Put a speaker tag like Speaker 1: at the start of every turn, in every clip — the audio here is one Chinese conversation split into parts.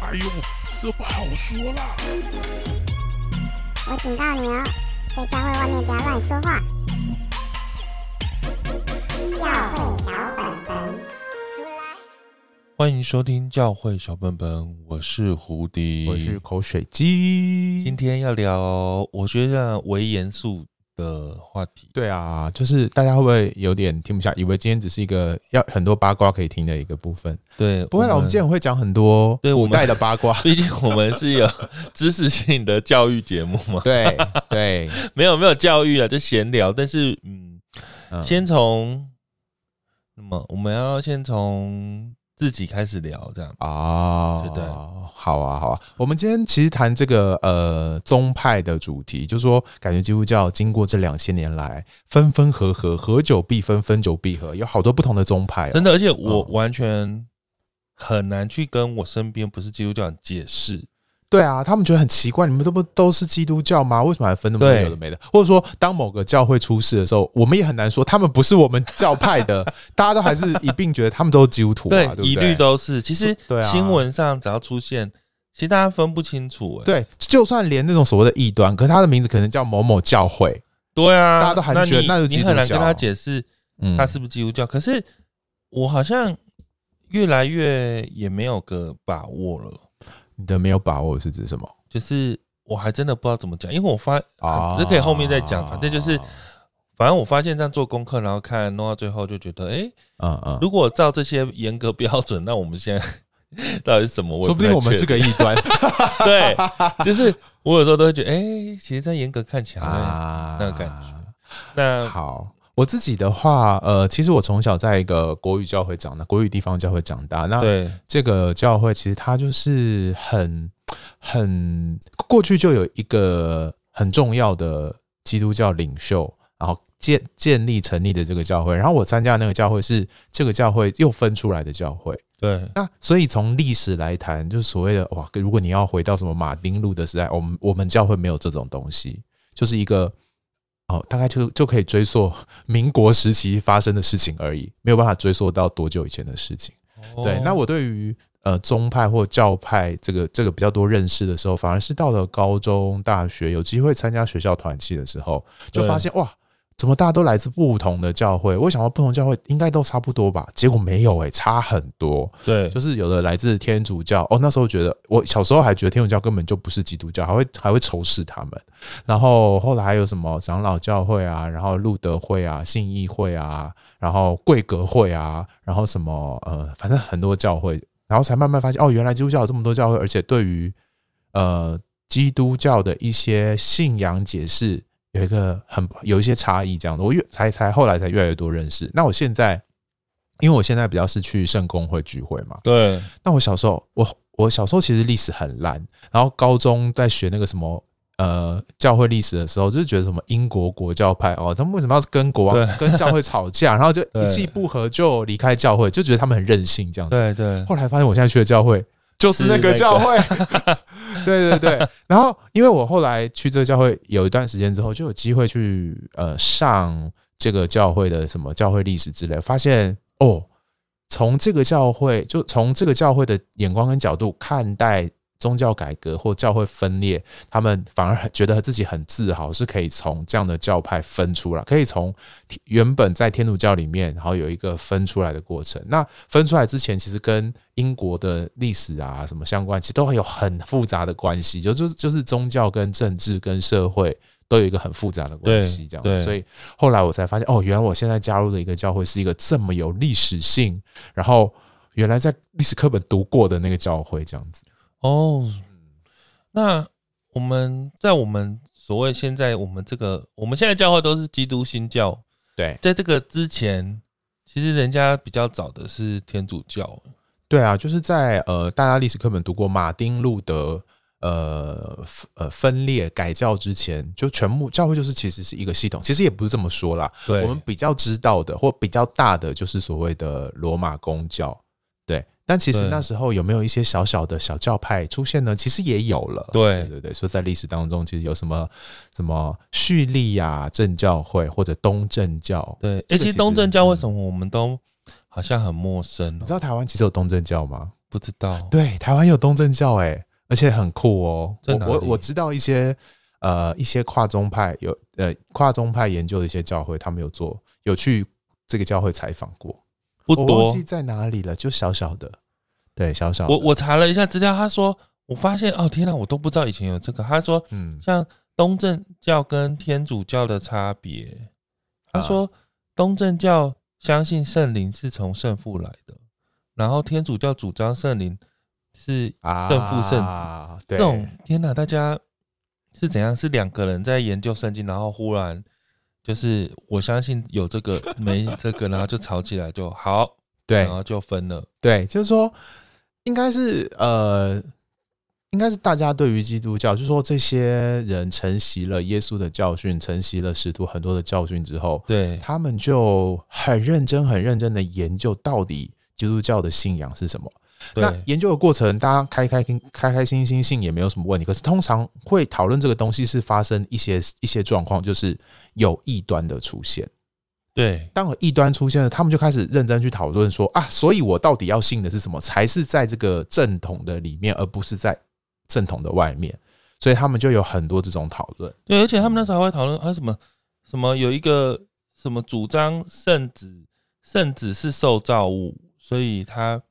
Speaker 1: 哎呦，这不好说啦。
Speaker 2: 我警告你哦，在教会外面不要乱说话。教会小本本，
Speaker 3: 欢迎收听教会小本本，我是胡迪，
Speaker 4: 我是口水鸡。
Speaker 3: 嗯今天要聊我觉得为严肃的话题。
Speaker 4: 对啊，就是大家会不会有点听不下？以为今天只是一个要很多八卦可以听的一个部分？
Speaker 3: 对，
Speaker 4: 不会啦，我们今天会讲很多
Speaker 3: 对我
Speaker 4: 古
Speaker 3: 们
Speaker 4: 代的八
Speaker 3: 。
Speaker 4: 卦
Speaker 3: 毕竟我们是有知识性的教育节目 嘛，
Speaker 4: 对 对，
Speaker 3: 没有没有教育啊，就闲聊。但是嗯，
Speaker 4: 嗯
Speaker 3: 先从那么我们要先从自己开始聊，这样
Speaker 4: 哦，
Speaker 3: 是的
Speaker 4: 好啊，好啊。我们今天其实谈这个呃宗派的主题，就是说感觉基督教经过这两千年来分分合合，合久必分，分久必合，有好多不同的宗派、
Speaker 3: 真
Speaker 4: 哦。
Speaker 3: 的，而且我
Speaker 4: 哦
Speaker 3: 完全很难去跟我身边不是基督教人解释。
Speaker 4: 对啊，他们觉得很奇怪，你们都不都是基督教吗？为什么还分那么多
Speaker 3: 对
Speaker 4: 有的没的？或者说，当某个教会出事的时候，我们也很难说他们不是我们教派 的，大家都还是一并觉得他们都是基督徒、啊，对不对？
Speaker 3: 一律都是。其实
Speaker 4: 对啊
Speaker 3: 新闻上只要出现，其实大家分不清楚、欸。
Speaker 4: 对，就算连那种所谓的异端，可是他的名字可能叫某某教会，
Speaker 3: 对啊，
Speaker 4: 大家都还是觉得
Speaker 3: 那
Speaker 4: 那
Speaker 3: 你
Speaker 4: 是基
Speaker 3: 你
Speaker 4: 督
Speaker 3: 很难跟
Speaker 4: 教啊
Speaker 3: 他解释
Speaker 4: 嗯，
Speaker 3: 他是不是基督教。可是我好像越来越也没有个把握了，
Speaker 4: 你的没有把握是指什么？
Speaker 3: 就是我还真的不知道怎么讲，因为我发
Speaker 4: 啊，
Speaker 3: 只是可以后面再讲，反正就是。反正我发现这样做功课，然后看弄到最后就觉得，哎、
Speaker 4: 嗯嗯，
Speaker 3: 如果照这些严格标准，那我们现在 到底是什么？也
Speaker 4: 说不定
Speaker 3: 太
Speaker 4: 我们
Speaker 3: 确
Speaker 4: 是个异端
Speaker 3: 对，就是我有时候都会觉得，哎、其实，在严格看起来，
Speaker 4: 啊
Speaker 3: 那个感觉嗯那
Speaker 4: 好，我自己的话，呃，其实我从小在一个国语教会长大，国语地方教会长大。那
Speaker 3: 对
Speaker 4: 这个教会其实它就是很很过去就有一个很重要的基督教领袖，然后建建立成立的这个教会。然后我参加的那个教会是这个教会又分出来的教会。
Speaker 3: 对
Speaker 4: 那所以从历史来谈，就是所谓的哇，如果你要回到什么马丁路的时代，我们我们教会没有这种东西，就是一个哦，大概就就可以追溯民国时期发生的事情而已，没有办法追溯到多久以前的事情。
Speaker 3: 哦
Speaker 4: 对，那我对于呃宗派或教派这个这个比较多认识的时候，反而是到了高中、大学有机会参加学校团契的时候，就
Speaker 3: 对
Speaker 4: 发现哇，怎么大家都来自不同的教会？我想到不同教会应该都差不多吧，结果没有诶、哎差很多。
Speaker 3: 对
Speaker 4: 就是有的来自天主教，哦，那时候觉得我小时候还觉得天主教根本就不是基督教，还会还会仇视他们。然后后来还有什么长老教会啊，然后路德会啊、信义会啊，然后贵格会啊，然后什么呃，反正很多教会，然后才慢慢发现哦，原来基督教有这么多教会，而且对于呃基督教的一些信仰解释有一个很有一些差异，这样的，我越才才后来才越来越多认识。那我现在。因为我现在比较是去圣公会聚会嘛，
Speaker 3: 对
Speaker 4: 那我小时候，我我小时候其实历史很烂，然后高中在学那个什么呃教会历史的时候，就是觉得什么英国国教派哦，他们为什么要跟国
Speaker 3: 对
Speaker 4: 王跟教会吵架，然后就
Speaker 3: 对
Speaker 4: 一气不合就离开教会，就觉得他们很任性这样子。
Speaker 3: 对对
Speaker 4: 后来发现我现在去的教会就是
Speaker 3: 嗯
Speaker 4: 那个
Speaker 3: 是那个
Speaker 4: 教会， 对对对。然后因为我后来去这个教会有一段时间之后，就有机会去呃上这个教会的什么教会历史之类，发现哦，从这个教会就从这个教会的眼光跟角度看待。宗教改革或教会分裂，他们反而觉得自己很自豪，是可以从这样的教派分出来，可以从原本在天主教里面，然后有一个分出来的过程。那分出来之前，其实跟英国的历史啊什么相关，其实都会有很复杂的关系，就就就是宗教跟政治跟社会都有一个很复杂的关系，这样
Speaker 3: 对对
Speaker 4: 子。所以后来我才发现，哦，原来我现在加入的一个教会是一个这么有历史性，然后原来在历史课本读过的那个教会，这样子。
Speaker 3: 哦。那我们在我们所谓现在我们这个我们现在教会都是基督新教，
Speaker 4: 对
Speaker 3: 在这个之前，其实人家比较早的是天主教，
Speaker 4: 对啊，就是在呃，大家历史课本读过马丁路德呃分呃分裂改教之前，就全部教会就是其实是一个系统，其实也不是这么说啦。
Speaker 3: 对
Speaker 4: 我们比较知道的或比较大的就是所谓的罗马公教，对。但其实
Speaker 3: 对
Speaker 4: 那时候有没有一些小小的小教派出现呢？其实也有了，
Speaker 3: 对
Speaker 4: 对对。所以在历史当中，其实有什么什么叙利亚正教会或者东正教，
Speaker 3: 对。
Speaker 4: 这
Speaker 3: 而
Speaker 4: 个其
Speaker 3: 且
Speaker 4: 实
Speaker 3: 东正教为
Speaker 4: 嗯
Speaker 3: 什么我们都好像很陌生、
Speaker 4: 你
Speaker 3: 哦
Speaker 4: 知？道台湾其实有东正教吗？
Speaker 3: 不知道，
Speaker 4: 对，台湾有东正教哎、而且很酷哦。
Speaker 3: 在
Speaker 4: 我
Speaker 3: 哪
Speaker 4: 我
Speaker 3: 里
Speaker 4: 我知道一些呃一些跨宗派有呃跨宗派研究的一些教会，他们有做有去这个教会采访过，
Speaker 3: 不
Speaker 4: 我
Speaker 3: 多
Speaker 4: 忘记。在哪里了，就小小的，对，小小的
Speaker 3: 我我查了一下资料，他说我发现哦，天哪，我都不知道以前有这个。他说
Speaker 4: 嗯
Speaker 3: 像东正教跟天主教的差别，他
Speaker 4: 啊
Speaker 3: 说东正教相信圣灵是从圣父来的，然后天主教主张圣灵是
Speaker 4: 啊
Speaker 3: 圣父圣子。
Speaker 4: 子
Speaker 3: 这
Speaker 4: 啊对
Speaker 3: 种天哪，大家是怎样？是两个人在研究圣经，然后忽然就是我相信有这个没这个，然后就吵起来就好，
Speaker 4: 对
Speaker 3: 然后就分了。
Speaker 4: 对，就是说，应该是呃，应该是大家对于基督教，就是说这些人承袭了耶稣的教训，承袭了使徒很多的教训之后，
Speaker 3: 对，
Speaker 4: 他们就很认真、很认真的研究到底基督教的信仰是什么。那
Speaker 3: 对，
Speaker 4: 研究的过程，大家开开心、开开心心信也没有什么问题。可是通常会讨论这个东西，是发生一些一些状况，就是有异端的出现。
Speaker 3: 对，
Speaker 4: 当有异端出现了，他们就开始认真去讨论说啊，所以我到底要信的是什么，才是在这个正统的里面，而不是在正统的外面。所以他们就有很多这种讨论。
Speaker 3: 对，而且他们那时候还会讨论还有什么什么有一个什么主张圣子，圣子是受造物，所以他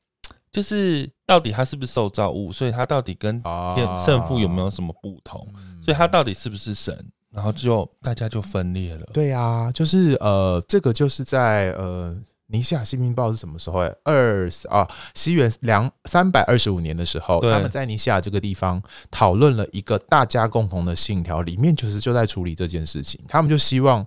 Speaker 3: 就是到底他是不是受造物，所以他到底跟
Speaker 4: 啊
Speaker 3: 天圣父有没有什么不同？
Speaker 4: 嗯
Speaker 3: 所以他到底是不是神？然后就大家就分裂了。
Speaker 4: 对啊，就是呃，这个就是在呃尼西亚新兵报是什么时候、欸？二十啊，西元两三百二十五年的时候，
Speaker 3: 对
Speaker 4: 他们在尼西亚这个地方讨论了一个大家共同的信条，里面就是就在处理这件事情。他们就希望，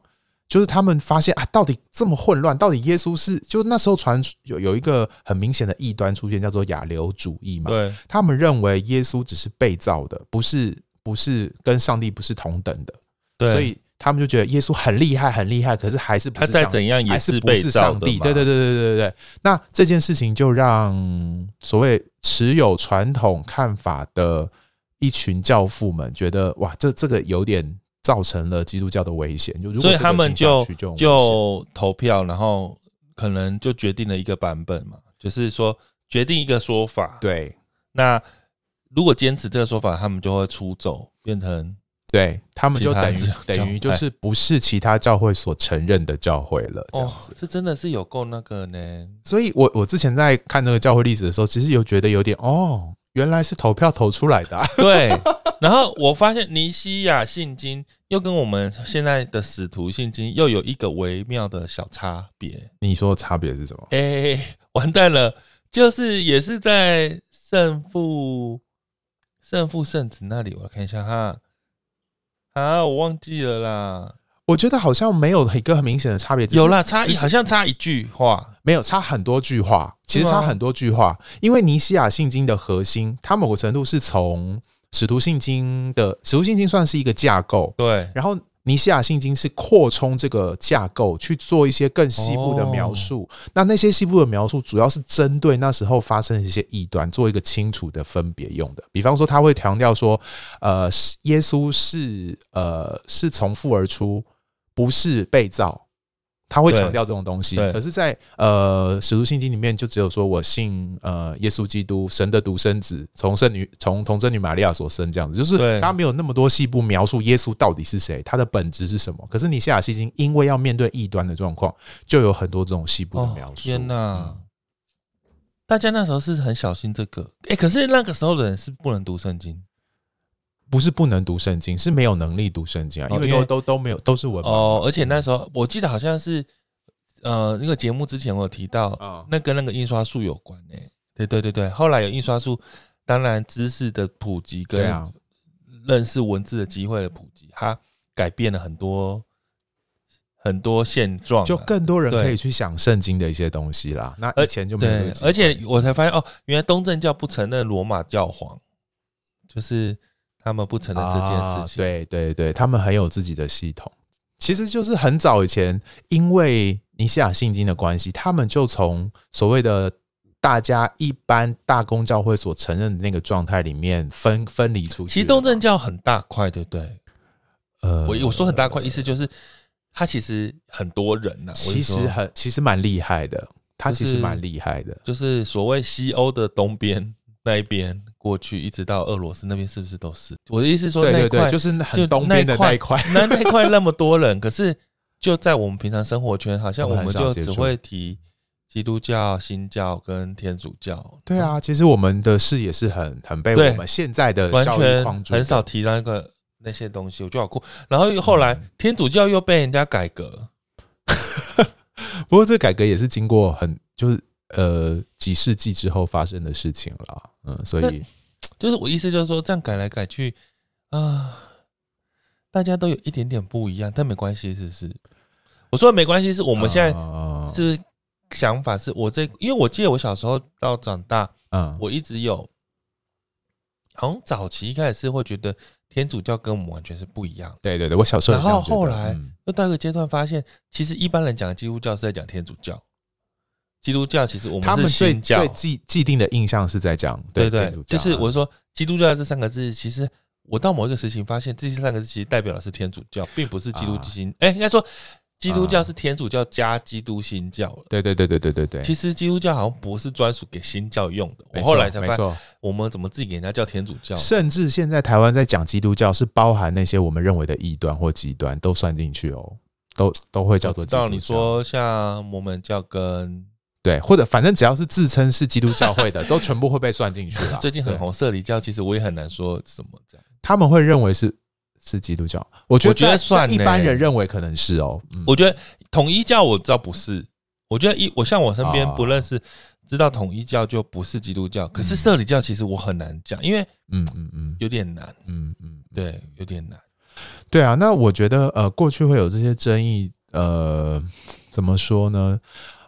Speaker 4: 就是他们发现啊，到底这么混乱，到底耶稣是就那时候传出有有一个很明显的异端出现，叫做亚流主义嘛。
Speaker 3: 对
Speaker 4: 他们认为耶稣只是被造的，不是不是跟上帝不是同等的。
Speaker 3: 对，
Speaker 4: 所以他们就觉得耶稣很厉害，很厉害，可是还是不
Speaker 3: 他
Speaker 4: 是上
Speaker 3: 再
Speaker 4: 帝
Speaker 3: 怎样也
Speaker 4: 还是不
Speaker 3: 被
Speaker 4: 是
Speaker 3: 造
Speaker 4: 上
Speaker 3: 的
Speaker 4: 帝。
Speaker 3: 嘛
Speaker 4: 对对对对对对对。那这件事情就让所谓持有传统看法的一群教父们觉得，哇，这这个有点造成了基督教的危险。就如果
Speaker 3: 所以
Speaker 4: 这个
Speaker 3: 他们
Speaker 4: 形象
Speaker 3: 就
Speaker 4: 去就很危险
Speaker 3: 就投票，然后可能就决定了一个版本嘛，就是说决定一个说法。，
Speaker 4: 对
Speaker 3: 那如果坚持这个说法，他们就会出走，变成
Speaker 4: 对，他们就
Speaker 3: 其他
Speaker 4: 等于
Speaker 3: 教
Speaker 4: 等于就
Speaker 3: 教
Speaker 4: 是不是其他教会所承认的教会了，这样
Speaker 3: 哦
Speaker 4: 子。，
Speaker 3: 这真的是有够那个呢。
Speaker 4: 所以我我之前在看那个教会历史的时候，其实有觉得有点哦，原来是投票投出来的、啊。
Speaker 3: 对，然后我发现尼西亚信经又跟我们现在的使徒信经又有一个微妙的小差别。
Speaker 4: 你说的差别是什么？
Speaker 3: 哎、完蛋了，就是也是在圣父、圣父、圣子那里，我看一下哈。啊，我忘记了啦，
Speaker 4: 我觉得好像没有一个很明显的差别，只是
Speaker 3: 有啦，差一
Speaker 4: 只是
Speaker 3: 好像差一句话，
Speaker 4: 没有差很多句话，其实
Speaker 3: 是吗
Speaker 4: 差很多句话，因为尼西亚信经的核心，它某个程度是从使徒信经的使徒信经算是一个架构，
Speaker 3: 对
Speaker 4: 然后尼西亚信经是扩充这个架构去做一些更细部的描述。
Speaker 3: 哦
Speaker 4: 那那些细部的描述主要是针对那时候发生的一些异端做一个清楚的分别用的。比方说，他会强调说，呃，是耶稣是呃是从父而出，不是被造。他会
Speaker 3: 对
Speaker 4: 强调这种东西
Speaker 3: 对，
Speaker 4: 可是在，呃《使徒信经》里面就只有说我信呃耶稣基督，神的独生子，从圣女从童贞女玛利亚所生这样子，就是
Speaker 3: 对
Speaker 4: 他没有那么多细部描述耶稣到底是谁，他的本质是什么。可是你西雅西经因为要面对异端的状况，就有很多这种细部的
Speaker 3: 哦
Speaker 4: 描，述。
Speaker 3: 天哪
Speaker 4: 嗯！
Speaker 3: 大家那时候是很小心这个，哎、可是那个时候的人是不能读圣经
Speaker 4: 不是不能读圣经，是没有能力读圣经啊，
Speaker 3: 哦
Speaker 4: 因为
Speaker 3: 因为
Speaker 4: 都都都没有都是文盲
Speaker 3: 哦，而且那时候我记得好像是，呃，那个节目之前我有提到，
Speaker 4: 啊
Speaker 3: 那跟那个印刷术有关诶、对对对对，后来有印刷术，当然知识的普及
Speaker 4: 对
Speaker 3: 跟
Speaker 4: 啊，
Speaker 3: 认识文字的机会的普及，它改变了很多很多现状啊，
Speaker 4: 就更多人
Speaker 3: 对
Speaker 4: 可以去想圣经的一些东西啦。那
Speaker 3: 而
Speaker 4: 以前就没有这
Speaker 3: 对
Speaker 4: 个机，会，
Speaker 3: 而且我才发现哦，原来东正教不承认罗马教皇，就是他们不承认这件事情。
Speaker 4: 啊。对对对，他们很有自己的系统。其实就是很早以前，因为尼西亚信经的关系，他们就从所谓的大家一般大公教会所承认的那个状态里面分分离出去了嘛。
Speaker 3: 其实东正教很大块，对不对？
Speaker 4: 呃
Speaker 3: 我我说很大块，意思就是它其实很多人呐、我是
Speaker 4: 其实
Speaker 3: 说
Speaker 4: 很其实蛮厉害的，他其实
Speaker 3: 就是
Speaker 4: 蛮厉害的。
Speaker 3: 就是所谓西欧的东边那一边过去，一直到俄罗斯那边，是不是都是？我的意思是说
Speaker 4: 对
Speaker 3: 那
Speaker 4: 对
Speaker 3: 一块
Speaker 4: 对，就是
Speaker 3: 就
Speaker 4: 很东边的那一块，
Speaker 3: 那那一块那么多人，可是就在我们平常生活圈，好像
Speaker 4: 我
Speaker 3: 我
Speaker 4: 们
Speaker 3: 们
Speaker 4: 很少
Speaker 3: 就
Speaker 4: 接
Speaker 3: 只
Speaker 4: 触
Speaker 3: 会提基督教、新教跟天主教。
Speaker 4: 对，啊，其实我们的视野是很很被
Speaker 3: 对
Speaker 4: 我们现在的
Speaker 3: 嗯完
Speaker 4: 教育
Speaker 3: 全
Speaker 4: 框住的
Speaker 3: 很少提到那个那些东西，我觉得好酷。然后又后来
Speaker 4: 嗯
Speaker 3: 天主教又被人家改革，
Speaker 4: 不过这改革也是经过很就是呃几世纪之后发生的事情了，嗯，所以
Speaker 3: 就是我意思就是说，这样改来改去啊、大家都有一点点不一样，但没关系，是不是？我说的没关系，是我
Speaker 4: 我
Speaker 3: 们现在
Speaker 4: 在
Speaker 3: 是想法是我这，因为我记得我小时候到长大，
Speaker 4: 嗯
Speaker 3: 我一直有，好像早期一开始是会觉得天主教跟我们完全是不一样的，
Speaker 4: 对对对，我小时候也这
Speaker 3: 然
Speaker 4: 样
Speaker 3: 后
Speaker 4: 觉得
Speaker 3: 后来
Speaker 4: 嗯
Speaker 3: 又到一个阶段发现，其实一般人讲的基督教是在讲天主教，基督教其实我
Speaker 4: 他们
Speaker 3: 是
Speaker 4: 最
Speaker 3: 新教
Speaker 4: 最，既既定的印象是在讲
Speaker 3: 对
Speaker 4: 对
Speaker 3: 对，就是我说基督教这三个字，其实我到某一个时期发现，这三个字其实代表的是天主教，并不是基督
Speaker 4: 啊
Speaker 3: 新，哎、应该说基督
Speaker 4: 啊
Speaker 3: 教是天主教加基督新教了。
Speaker 4: 对对对对对对对，
Speaker 3: 其实基督教好像不是专属给新教用的，我
Speaker 4: 啊没
Speaker 3: 后来
Speaker 4: 错
Speaker 3: 才
Speaker 4: 没
Speaker 3: 发现，哦
Speaker 4: 错，
Speaker 3: 我们怎么自己给人家叫天主教？
Speaker 4: 甚至现在台湾在讲基督教是包含那些我们认为的异端或极端都算进去哦，都都会叫做
Speaker 3: 我知
Speaker 4: 基督
Speaker 3: 道
Speaker 4: 教。
Speaker 3: 你说像摩门教跟
Speaker 4: 对，或者反正只要是自称是基督教会的，都 全部会被算进去了。
Speaker 3: 最近很
Speaker 4: 啊对
Speaker 3: 红色礼教，其实我也很难说什么这样。
Speaker 4: 他们会认为是是基督教，我觉
Speaker 3: 我
Speaker 4: 得
Speaker 3: 觉得
Speaker 4: 在
Speaker 3: 算
Speaker 4: 在一
Speaker 3: 呢
Speaker 4: 般人认为可能是哦，嗯、
Speaker 3: 我觉得统一教我知道不是，我觉得一我像我身边
Speaker 4: 啊
Speaker 3: 不认识知道统一教就不是基督教，可是色礼教其实我很难讲，因为
Speaker 4: 嗯嗯嗯
Speaker 3: 有点难，
Speaker 4: 嗯嗯，
Speaker 3: 对，有点难。
Speaker 4: 对啊，那我觉得呃，过去会有这些争议，呃，怎么说呢？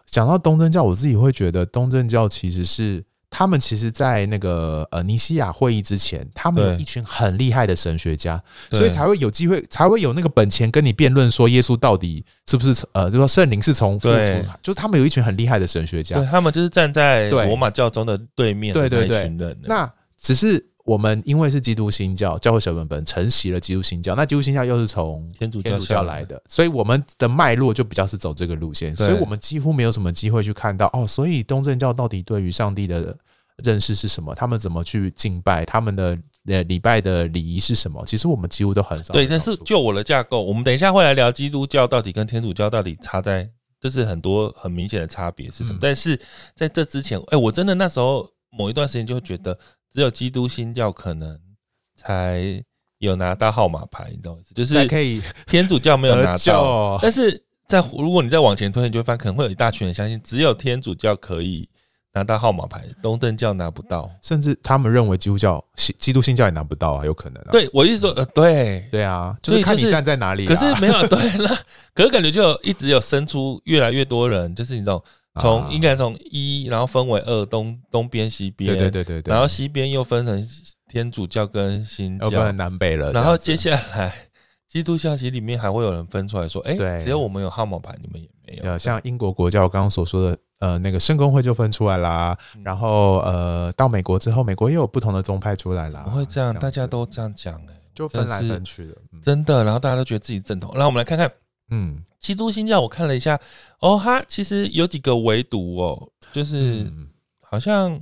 Speaker 4: 讲到东正教，我自己会觉得东正教其实是他们其实，在那个呃尼西亚会议之前，他们有
Speaker 3: 对
Speaker 4: 一群很厉害的神学家，所以
Speaker 3: 对
Speaker 4: 才会有机会，才会有那个本钱跟你辩论说耶稣到底是不是呃，就说圣灵是从父
Speaker 3: 对
Speaker 4: 出，就是他们有一群很厉害的神学家
Speaker 3: 对，他们就是站在
Speaker 4: 对
Speaker 3: 罗马教宗的对面的
Speaker 4: 对
Speaker 3: 那
Speaker 4: 对
Speaker 3: 一
Speaker 4: 对
Speaker 3: 群人。
Speaker 4: 那只是我们因为是基督新教，教会小本本承袭了基督新教，那基督新教又是从
Speaker 3: 天主教
Speaker 4: 天主教来的，所以我们的脉络就比较是走这个路线，
Speaker 3: 对
Speaker 4: 所以我们几乎没有什么机会去看到哦，所以东正教到底对于上帝的认识是什么？他们怎么去敬拜？他们的呃礼拜的礼仪是什么？其实我们几乎都很少。
Speaker 3: 对，
Speaker 4: 很
Speaker 3: 但
Speaker 4: 少
Speaker 3: 是
Speaker 4: 触
Speaker 3: 就我的架构，我们等一下会来聊基督教到底跟天主教到底差在，就是很多很明显的差别是什么。
Speaker 4: 嗯
Speaker 3: 但是在这之前，哎、我真的那时候某一段时间就会觉得，只有基督新教可能才有拿到号码牌，你知道吗？就是
Speaker 4: 才可以
Speaker 3: 天主教没有拿
Speaker 4: 得
Speaker 3: 到，
Speaker 4: 救。
Speaker 3: 但是在如果你再往前推，你就会发现可能会有一大群人相信只有天主教可以拿到号码牌，东正教拿不到。
Speaker 4: 甚至他们认为基督教、基基督新教也拿不到啊，有可能啊。
Speaker 3: 对我意思说，呃，对，
Speaker 4: 对啊，就
Speaker 3: 所以
Speaker 4: 是看
Speaker 3: 就
Speaker 4: 你
Speaker 3: 是
Speaker 4: 站在哪里啊。
Speaker 3: 可是没有对那，可是感觉就有一直有生出越来越多人，就是你种从、
Speaker 4: 啊
Speaker 3: 应该从一，然后分为二东东边西边，
Speaker 4: 对对对对对，
Speaker 3: 然后西边又分成天主教跟新
Speaker 4: 要不
Speaker 3: 教
Speaker 4: 然，南北了。
Speaker 3: 然
Speaker 4: 这
Speaker 3: 后
Speaker 4: 样子
Speaker 3: 接下来基督教其实里面还会有人分出来说，哎、
Speaker 4: 对
Speaker 3: 只有我们有号码牌，你们也没有，
Speaker 4: 呃，像英国国教我刚刚所说的，呃，那个圣公会就分出来啦，
Speaker 3: 嗯
Speaker 4: 然后呃，到美国之后，美国也有不同的宗派出来啦，
Speaker 3: 怎么会这样？
Speaker 4: 子
Speaker 3: 大家都这样讲、哎，
Speaker 4: 就分来
Speaker 3: 真是
Speaker 4: 分去的，嗯
Speaker 3: 真的，然后大家都觉得自己正统。然后我们来看看
Speaker 4: 嗯
Speaker 3: 基督新教，我看了一下，哦，它其实有几个唯独哦，就是。
Speaker 4: 嗯，
Speaker 3: 好像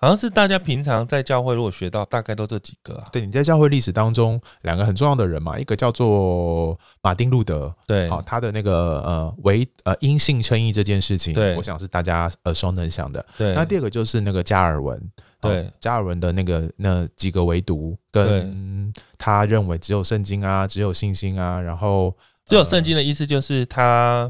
Speaker 3: 好像是大家平常在教会如果学到，大概都这几个啊。
Speaker 4: 对，你在教会历史当中，两个很重要的人嘛，一个叫做马丁路德，
Speaker 3: 对
Speaker 4: 好、他的那个呃为呃因信称义这件事情，
Speaker 3: 对
Speaker 4: 我想是大家耳熟能详的。
Speaker 3: 对，
Speaker 4: 那第二个就是那个加尔文，好
Speaker 3: 对
Speaker 4: 加尔文的那个那几个唯独跟他认为只有圣经啊，只有信心啊，然后
Speaker 3: 只有圣经的意思就是他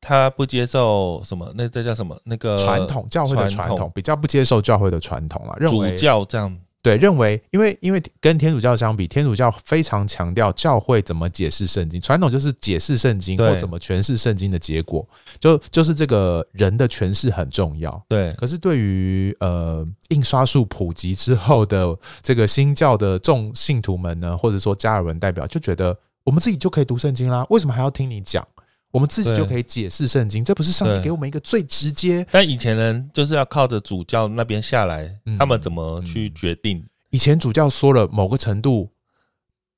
Speaker 3: 他不接受什么，那这叫什么？那个
Speaker 4: 传统教会的
Speaker 3: 呃传
Speaker 4: 传
Speaker 3: 统
Speaker 4: 统比较不接受教会的传统啊，认
Speaker 3: 主
Speaker 4: 为
Speaker 3: 教这样。
Speaker 4: 对认为，因为因为跟天主教相比，天主教非常强调教会怎么解释圣经，传统就是解释圣经
Speaker 3: 对
Speaker 4: 或怎么诠释圣经的结果，就就是这个人的诠释很重要。
Speaker 3: 对
Speaker 4: 可是对于呃印刷术普及之后的这个新教的众信徒们呢，或者说加尔文代表，就觉得我们自己就可以读圣经啦，为什么还要听你讲？我们自己
Speaker 3: 对
Speaker 4: 就可以解释圣经，这不是上帝
Speaker 3: 对
Speaker 4: 给我们一个最直接？
Speaker 3: 但以前人就是要靠着主教那边下来，
Speaker 4: 嗯
Speaker 3: 他们怎么去决定？
Speaker 4: 以前主教说了某个程度，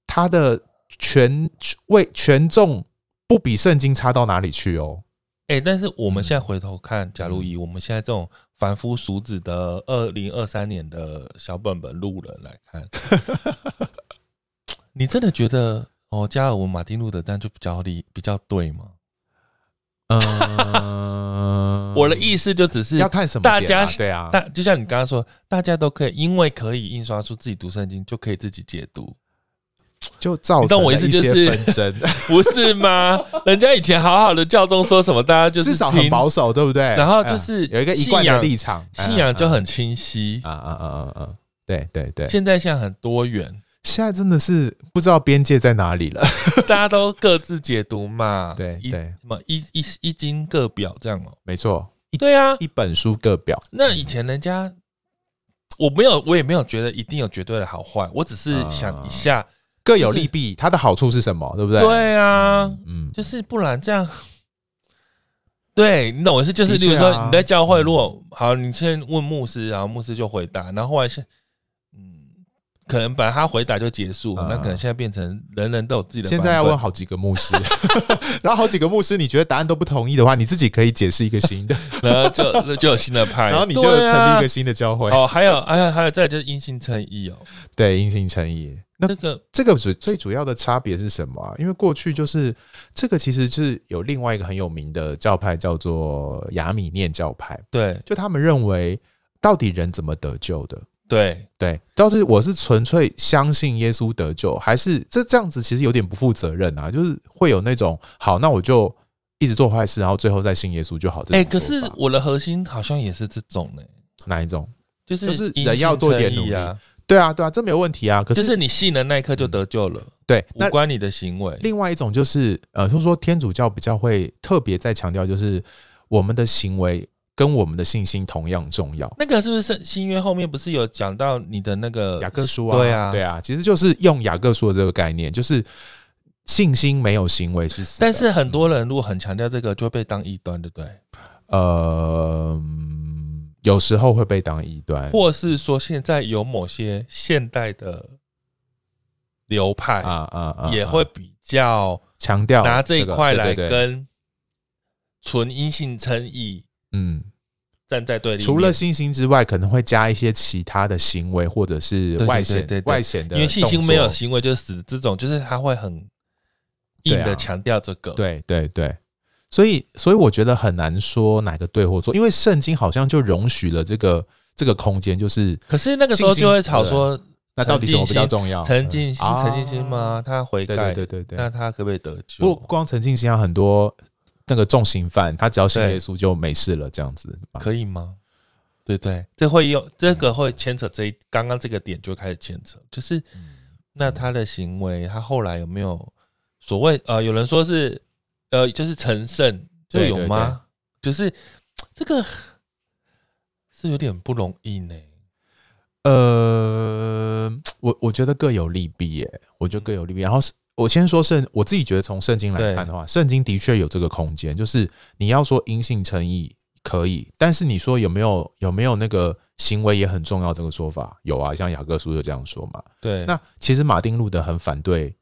Speaker 4: 他的权为权重不比圣经差到哪里去哦。
Speaker 3: 哎、但是我们现在回头看，假
Speaker 4: 嗯
Speaker 3: 如以我们现在这种凡夫俗子的二零二三年的小本本路人来 看，你真的觉得哦，加尔文马丁路德这样就比较理比较对吗？
Speaker 4: 嗯，
Speaker 3: 呃我的意思就只是
Speaker 4: 要看什么、
Speaker 3: 大家
Speaker 4: 对啊，
Speaker 3: 大就像你刚刚说，大家都可以因为可以印刷出自己读圣经，就可以自己解读，
Speaker 4: 就造
Speaker 3: 你懂
Speaker 4: 成
Speaker 3: 我
Speaker 4: 了
Speaker 3: 意思
Speaker 4: 一
Speaker 3: 就
Speaker 4: 些
Speaker 3: 是
Speaker 4: 纷争，
Speaker 3: 不是吗？人家以前好好的教宗说什么，大家 就是
Speaker 4: 至少很
Speaker 3: 听
Speaker 4: 保守，对不对？
Speaker 3: 然后就是
Speaker 4: 嗯有一个一贯
Speaker 3: 信
Speaker 4: 的
Speaker 3: 仰
Speaker 4: 立场，
Speaker 3: 信仰就
Speaker 4: 嗯
Speaker 3: 很清晰。
Speaker 4: 啊啊啊啊啊！对对对，
Speaker 3: 现在现在很多元，
Speaker 4: 现在真的是不知道边界在 哪里了。
Speaker 3: 大家都各自解读嘛。
Speaker 4: 对
Speaker 3: 一
Speaker 4: 对
Speaker 3: 什么一一一经各表这样哦、
Speaker 4: 没错，一
Speaker 3: 对啊，
Speaker 4: 一本书各表，
Speaker 3: 那以前人家我没有，我也没有觉得一定有绝对的好坏，我只
Speaker 4: 啊
Speaker 3: 是想一下。
Speaker 4: 各有
Speaker 3: 就是
Speaker 4: 利弊，它的好处是什么？对不对？
Speaker 3: 对啊，
Speaker 4: 嗯，
Speaker 3: 就是不然这样。对你懂我意思，就是
Speaker 4: 的确
Speaker 3: 例如说
Speaker 4: 啊
Speaker 3: 你在教会，如果好，你先问牧师，然后牧师就回答，然后后来是，嗯，可能本来他回答就结束，
Speaker 4: 嗯
Speaker 3: 那可能现在变成人人都有自己的版
Speaker 4: 现
Speaker 3: 本。
Speaker 4: 在要问好几个 牧师，然后好几个牧师，你觉得答案都不同意的话，你自己可以解释一个 新的，
Speaker 3: 然后就那就有新的派，
Speaker 4: 然后你就
Speaker 3: 对啊
Speaker 4: 成立一个新的教会。
Speaker 3: 哦，还有，还有，还有，再来就是因信称义哦，
Speaker 4: 对，因信诚意。那
Speaker 3: 这个
Speaker 4: 这个主最主要的差别是什么啊、因为过去就是这个，其实是有另外一个很有名的教派，叫做雅米念教派。
Speaker 3: 对
Speaker 4: 就他们认为，到底人怎么得救的？
Speaker 3: 对，
Speaker 4: 对，到底我是纯粹相信耶稣得救，还是这这样子其实有点不负责任啊？就是会有那种好，那我就一直做坏事，然后最后再信耶稣就好。这
Speaker 3: 哎、
Speaker 4: 种
Speaker 3: 可是
Speaker 4: 做法
Speaker 3: 我的核心好像也是这种呢、
Speaker 4: 哪一种？
Speaker 3: 就是
Speaker 4: 就是
Speaker 3: 因
Speaker 4: 人要
Speaker 3: 信
Speaker 4: 多一点
Speaker 3: 称义啊，
Speaker 4: 对啊，对啊，这没有问题啊。可是、
Speaker 3: 就是你信的那一刻就得救了，
Speaker 4: 对，那
Speaker 3: 无关你的行为。
Speaker 4: 另外一种就是呃，就是说天主教比较会特别在强调，就是我们的行为跟我们的信心同样重要。
Speaker 3: 那个是不是新约后面不是有讲到你的那个
Speaker 4: 雅各书啊，
Speaker 3: 对啊，
Speaker 4: 对啊，其实就是用雅各书的这个概念，就是信心没有行为是死的。嗯
Speaker 3: 但是很多人如果很强调这个，就会被当异端，对不对？
Speaker 4: 呃，嗯有时候会被当异端
Speaker 3: 或是说现在有某些现代的流派
Speaker 4: 啊啊啊，
Speaker 3: 也
Speaker 4: 啊
Speaker 3: 会比较
Speaker 4: 强调
Speaker 3: 拿这一
Speaker 4: 个
Speaker 3: 块
Speaker 4: 对
Speaker 3: 来
Speaker 4: 对对
Speaker 3: 跟纯阴性称义
Speaker 4: 嗯，
Speaker 3: 站在对立面。
Speaker 4: 除了信心之外，可能会加一些其他的行为或者是
Speaker 3: 对
Speaker 4: 外
Speaker 3: 对
Speaker 4: 显
Speaker 3: 对对
Speaker 4: 外显的
Speaker 3: 因为
Speaker 4: 动作，
Speaker 3: 信心没有行为就是死，这种就是他会很硬
Speaker 4: 对
Speaker 3: 的
Speaker 4: 啊
Speaker 3: 强调这个。
Speaker 4: 对对对，所以所以我觉得很难说哪个对或错，因为圣经好像就容许了这个这个空间，就是
Speaker 3: 可是那个时候就会吵说，
Speaker 4: 那到底什么比较重要？
Speaker 3: 陈静是
Speaker 4: 啊
Speaker 3: 陈静心吗？他悔
Speaker 4: 对
Speaker 3: 改，
Speaker 4: 对对对对。
Speaker 3: 那他可不可以得
Speaker 4: 不过
Speaker 3: 救？
Speaker 4: 光陈静心啊，很多那个重刑犯，他只要信
Speaker 3: 对
Speaker 4: 耶稣就没事了，这样子。
Speaker 3: 可以吗？对不对，这会
Speaker 4: 嗯
Speaker 3: 有这个会牵扯这一刚刚这个点就开始牵扯，就是
Speaker 4: 嗯
Speaker 3: 那他的行为，他后来有没有所谓呃，有人说是呃，就是成圣，就
Speaker 4: 对
Speaker 3: 有
Speaker 4: 对
Speaker 3: 吗？就是这个是有点不容易呢。
Speaker 4: 呃，我我觉得各有利弊耶，我觉得各有利弊。然后是我先说圣，我自己觉得从圣经来看的话，圣经的确有这个空间，就是你要说因信称义可以，但是你说有没有有没有那个行为也很重要这个说法，有啊，像雅各书就这样说嘛。
Speaker 3: 对，
Speaker 4: 那其实马丁路德很反对，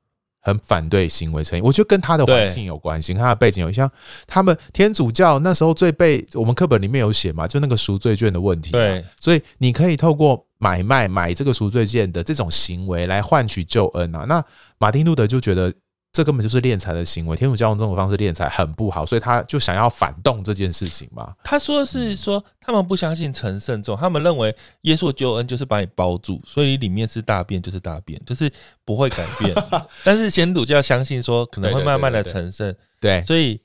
Speaker 4: 很反对行为成瘾，我觉得跟他的环境有关系，跟他的背景有像他们天主教那时候最被我们课本里面有写嘛，就那个赎罪券的问题。
Speaker 3: 对，
Speaker 4: 所以你可以透过买卖买这个赎罪券的这种行为来换取救恩啊。那马丁路德就觉得。这根本就是敛财的行为，天主教用这种方式敛财很不好，所以他就想要反动这件事情嘛。
Speaker 3: 他说是说他们不相信成圣这种，他们认为耶稣的救恩就是把你包住，所以里面是大便就是大便，就是不会改 变。但是先祖教相信说可能会慢慢的成圣，
Speaker 4: 对，
Speaker 3: 所以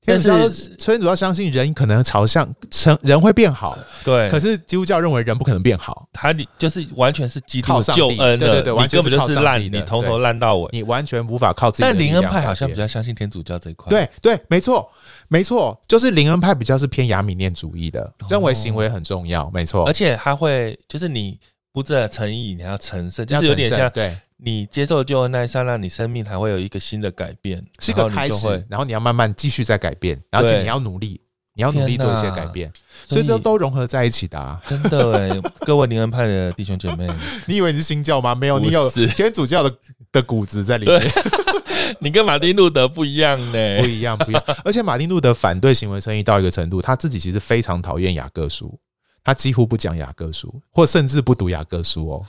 Speaker 4: 天主教
Speaker 3: 但
Speaker 4: 是
Speaker 3: 是
Speaker 4: 天主教相信人可能朝向成人会变好，
Speaker 3: 对，
Speaker 4: 可是基督教认为人不可能变好。
Speaker 3: 他你就是完全是基督
Speaker 4: 靠
Speaker 3: 的
Speaker 4: 上帝
Speaker 3: 救恩的，
Speaker 4: 对对对
Speaker 3: 你
Speaker 4: 完全
Speaker 3: 根本
Speaker 4: 是
Speaker 3: 就是
Speaker 4: 靠上
Speaker 3: 烂，
Speaker 4: 帝的
Speaker 3: 你从头烂到尾。
Speaker 4: 你完全无法靠自己的
Speaker 3: 但
Speaker 4: 力
Speaker 3: 灵
Speaker 4: 量改变。
Speaker 3: 恩派好像比较相信天主教这一块，，
Speaker 4: 对对，没错没错，就是灵恩派比较是偏雅米念主义的，认为行为很重要，没错
Speaker 3: 哦而。且他会就是你不只诚意，你还要成圣，就
Speaker 4: 要
Speaker 3: 是有点
Speaker 4: 承认
Speaker 3: 像
Speaker 4: 对，
Speaker 3: 你接受救恩那一刹那，你生命还会有一个新的改变，
Speaker 4: 是一个
Speaker 3: 然后
Speaker 4: 开
Speaker 3: 你就
Speaker 4: 始
Speaker 3: 会，
Speaker 4: 然后你要慢慢继续再改变，而且
Speaker 3: 对
Speaker 4: 你要努力，你要努力
Speaker 3: 天
Speaker 4: 做一些
Speaker 3: 哪
Speaker 4: 改变，所以这都融合在一起的啊。
Speaker 3: 真的哎，各位灵恩派的弟兄 姐妹，
Speaker 4: 你以为你是新教吗？没有，
Speaker 3: 不
Speaker 4: 你有
Speaker 3: 是
Speaker 4: 天主教的的骨子在里
Speaker 3: 对
Speaker 4: 面。
Speaker 3: 你跟马丁路德不一样呢
Speaker 4: 不。一样，不一样。而且马丁路德反对行为正义到一个程度，他自己其实非常讨厌雅各书，他几乎不讲雅各书，或甚至不读雅各书哦，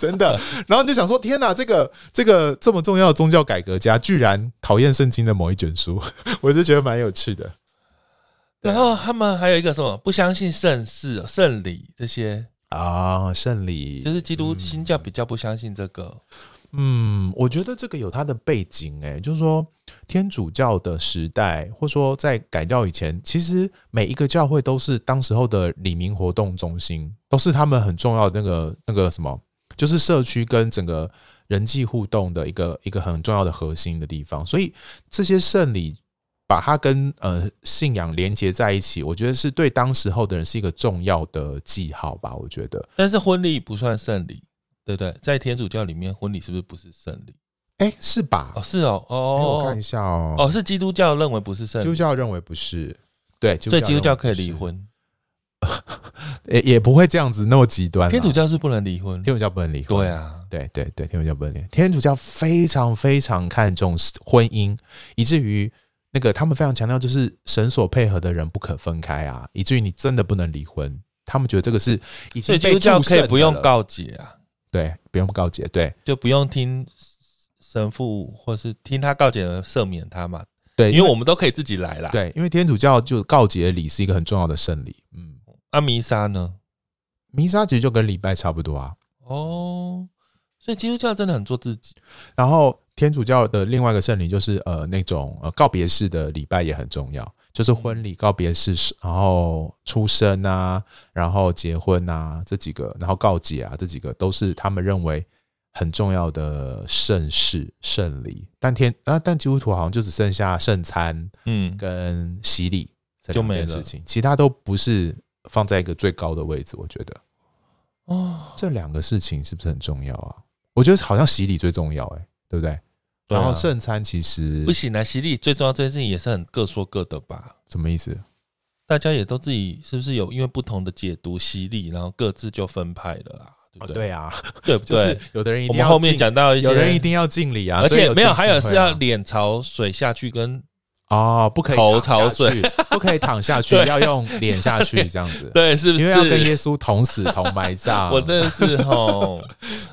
Speaker 4: 真的。然后你就想说，天哪，这个这个这么重要的宗教改革家，居然讨厌圣经的某一卷书， 我是觉得蛮有趣的。
Speaker 3: 然后他们还有一个什么不相信圣事、圣礼这些，
Speaker 4: 啊，圣礼
Speaker 3: 就是基督新教比较不相信这个。
Speaker 4: 嗯，我觉得这个有它的背景、欸，就是说天主教的时代，或说在改教以前，其实每一个教会都是当时候的理民活动中心，都是他们很重要的那个那个什么，就是社区跟整个人际互动的一个一个很重要的核心的地方。所以这些圣礼把它跟呃信仰连接在一起，我觉得是对当时候的人是一个重要的记号吧。我觉得，
Speaker 3: 但是婚礼不算圣礼，对不对？在天主教里面，婚礼是不是不是圣礼？
Speaker 4: 哎、是吧？
Speaker 3: 哦，是哦，哦
Speaker 4: 哎我
Speaker 3: 哦
Speaker 4: 看一下哦，
Speaker 3: 哦，是基督教认为不是圣
Speaker 4: 基督
Speaker 3: 礼，
Speaker 4: 教认为不是，哦对，
Speaker 3: 所以基督教
Speaker 4: 认为不
Speaker 3: 可以
Speaker 4: 是
Speaker 3: 离，婚，
Speaker 4: 也也不会这样子那么极端啦。
Speaker 3: 天主教是不能离婚。
Speaker 4: 天主教不能离婚，
Speaker 3: 对，啊，
Speaker 4: 对对对，天主教不能离婚。天主教非常非常看重婚姻，以至于那个他们非常强调就是神所配合的人不可分开啊，以至于你真的不能离婚。他们觉得这个是已
Speaker 3: 所以
Speaker 4: 经
Speaker 3: 基
Speaker 4: 被
Speaker 3: 督教
Speaker 4: 注
Speaker 3: 可以
Speaker 4: 圣
Speaker 3: 不
Speaker 4: 的
Speaker 3: 用
Speaker 4: 了，
Speaker 3: 告解啊，
Speaker 4: 对，不用告解，对
Speaker 3: 就不用听神父或是听他告解而赦免他嘛，
Speaker 4: 对，
Speaker 3: 因为我们都可以自己来啦。，
Speaker 4: 对，因为天主教就告解礼是一个很重要的圣礼，嗯，
Speaker 3: 啊，弥撒呢？
Speaker 4: 弥撒其实就跟礼拜差不多啊，
Speaker 3: 哦，所以基督教真的很做自己。
Speaker 4: 然后天主教的另外一个圣礼就是呃那种呃告别式的礼拜也很重要，就是婚礼、告别式，然后出生啊，然后结婚啊这几个，然后告解啊这几个都是他们认为很重要的盛事圣礼。但天啊，但基督徒好像就只剩下圣餐
Speaker 3: 嗯，
Speaker 4: 跟洗礼这
Speaker 3: 就
Speaker 4: 两
Speaker 3: 没
Speaker 4: 件
Speaker 3: 了
Speaker 4: 事情，其他都不是放在一个最高的位置。我觉得
Speaker 3: 哦，
Speaker 4: 这两个事情是不是很重要啊？我觉得好像洗礼最重要、欸，哎，对不对？
Speaker 3: 对啊
Speaker 4: 然后圣餐其实
Speaker 3: 不行啊，洗礼最重要这件事情也是很各说各的吧。
Speaker 4: 什么意思？
Speaker 3: 大家也都自己是不是有因为不同的解读洗礼，然后各自就分派了啦，对不哦对？
Speaker 4: 啊，
Speaker 3: 对不
Speaker 4: 就是
Speaker 3: 对？
Speaker 4: 有的人一
Speaker 3: 我
Speaker 4: 定
Speaker 3: 们
Speaker 4: 要
Speaker 3: 后面
Speaker 4: 敬，
Speaker 3: 讲到一些，
Speaker 4: 有人一定要敬礼啊，
Speaker 3: 而
Speaker 4: 所以
Speaker 3: 且没有，还有
Speaker 4: 敬
Speaker 3: 是
Speaker 4: 礼会啊
Speaker 3: 要脸朝水下去跟
Speaker 4: 哦，不可以
Speaker 3: 头
Speaker 4: 躺下
Speaker 3: 朝水
Speaker 4: 去，不可以躺下去，
Speaker 3: 对
Speaker 4: 要用脸下去这样子，
Speaker 3: 对，是不是
Speaker 4: 因为？要跟耶稣同死同埋 葬。
Speaker 3: 我真的是吼，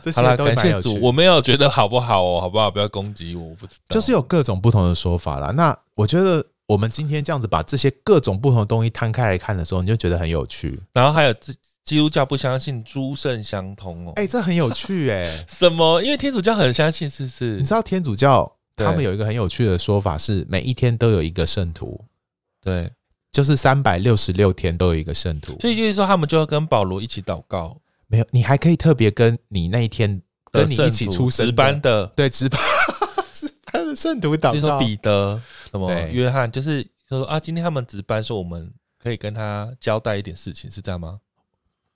Speaker 4: 这
Speaker 3: 啊 好
Speaker 4: 些
Speaker 3: 啦，
Speaker 4: 都
Speaker 3: 感
Speaker 4: 蛮
Speaker 3: 谢
Speaker 4: 有趣
Speaker 3: 主，我没有觉得好不好哦，好不好？不要攻击我，我不知道，
Speaker 4: 就是有各种不同的说法啦。那我觉得我们今天这样子把这些各种不同的东西摊开来看的时候，你就觉得很有趣。
Speaker 3: 然后还有基基督教不相信诸圣相通哦，
Speaker 4: 哎、这很有趣 哎、
Speaker 3: 什么？因为天主教很相信，是不是
Speaker 4: 你？知道天主教
Speaker 3: 对
Speaker 4: 他们有一个很有趣的说法是，每一天都有一个圣徒，
Speaker 3: 对，
Speaker 4: 就是三百六十六天都有一个圣徒。
Speaker 3: 所以就是说他们就要跟保罗一起祷告，
Speaker 4: 没有，你还可以特别跟你那一天跟你一起出
Speaker 3: 值
Speaker 4: 生的
Speaker 3: 班，的，
Speaker 4: 对值班 值班的圣徒
Speaker 3: 比
Speaker 4: 祷
Speaker 3: 如说
Speaker 4: 告。
Speaker 3: 彼得、什么
Speaker 4: 对
Speaker 3: 约翰，就是说啊，今天他们值班，说我们可以跟他交代一点事情，是这样吗？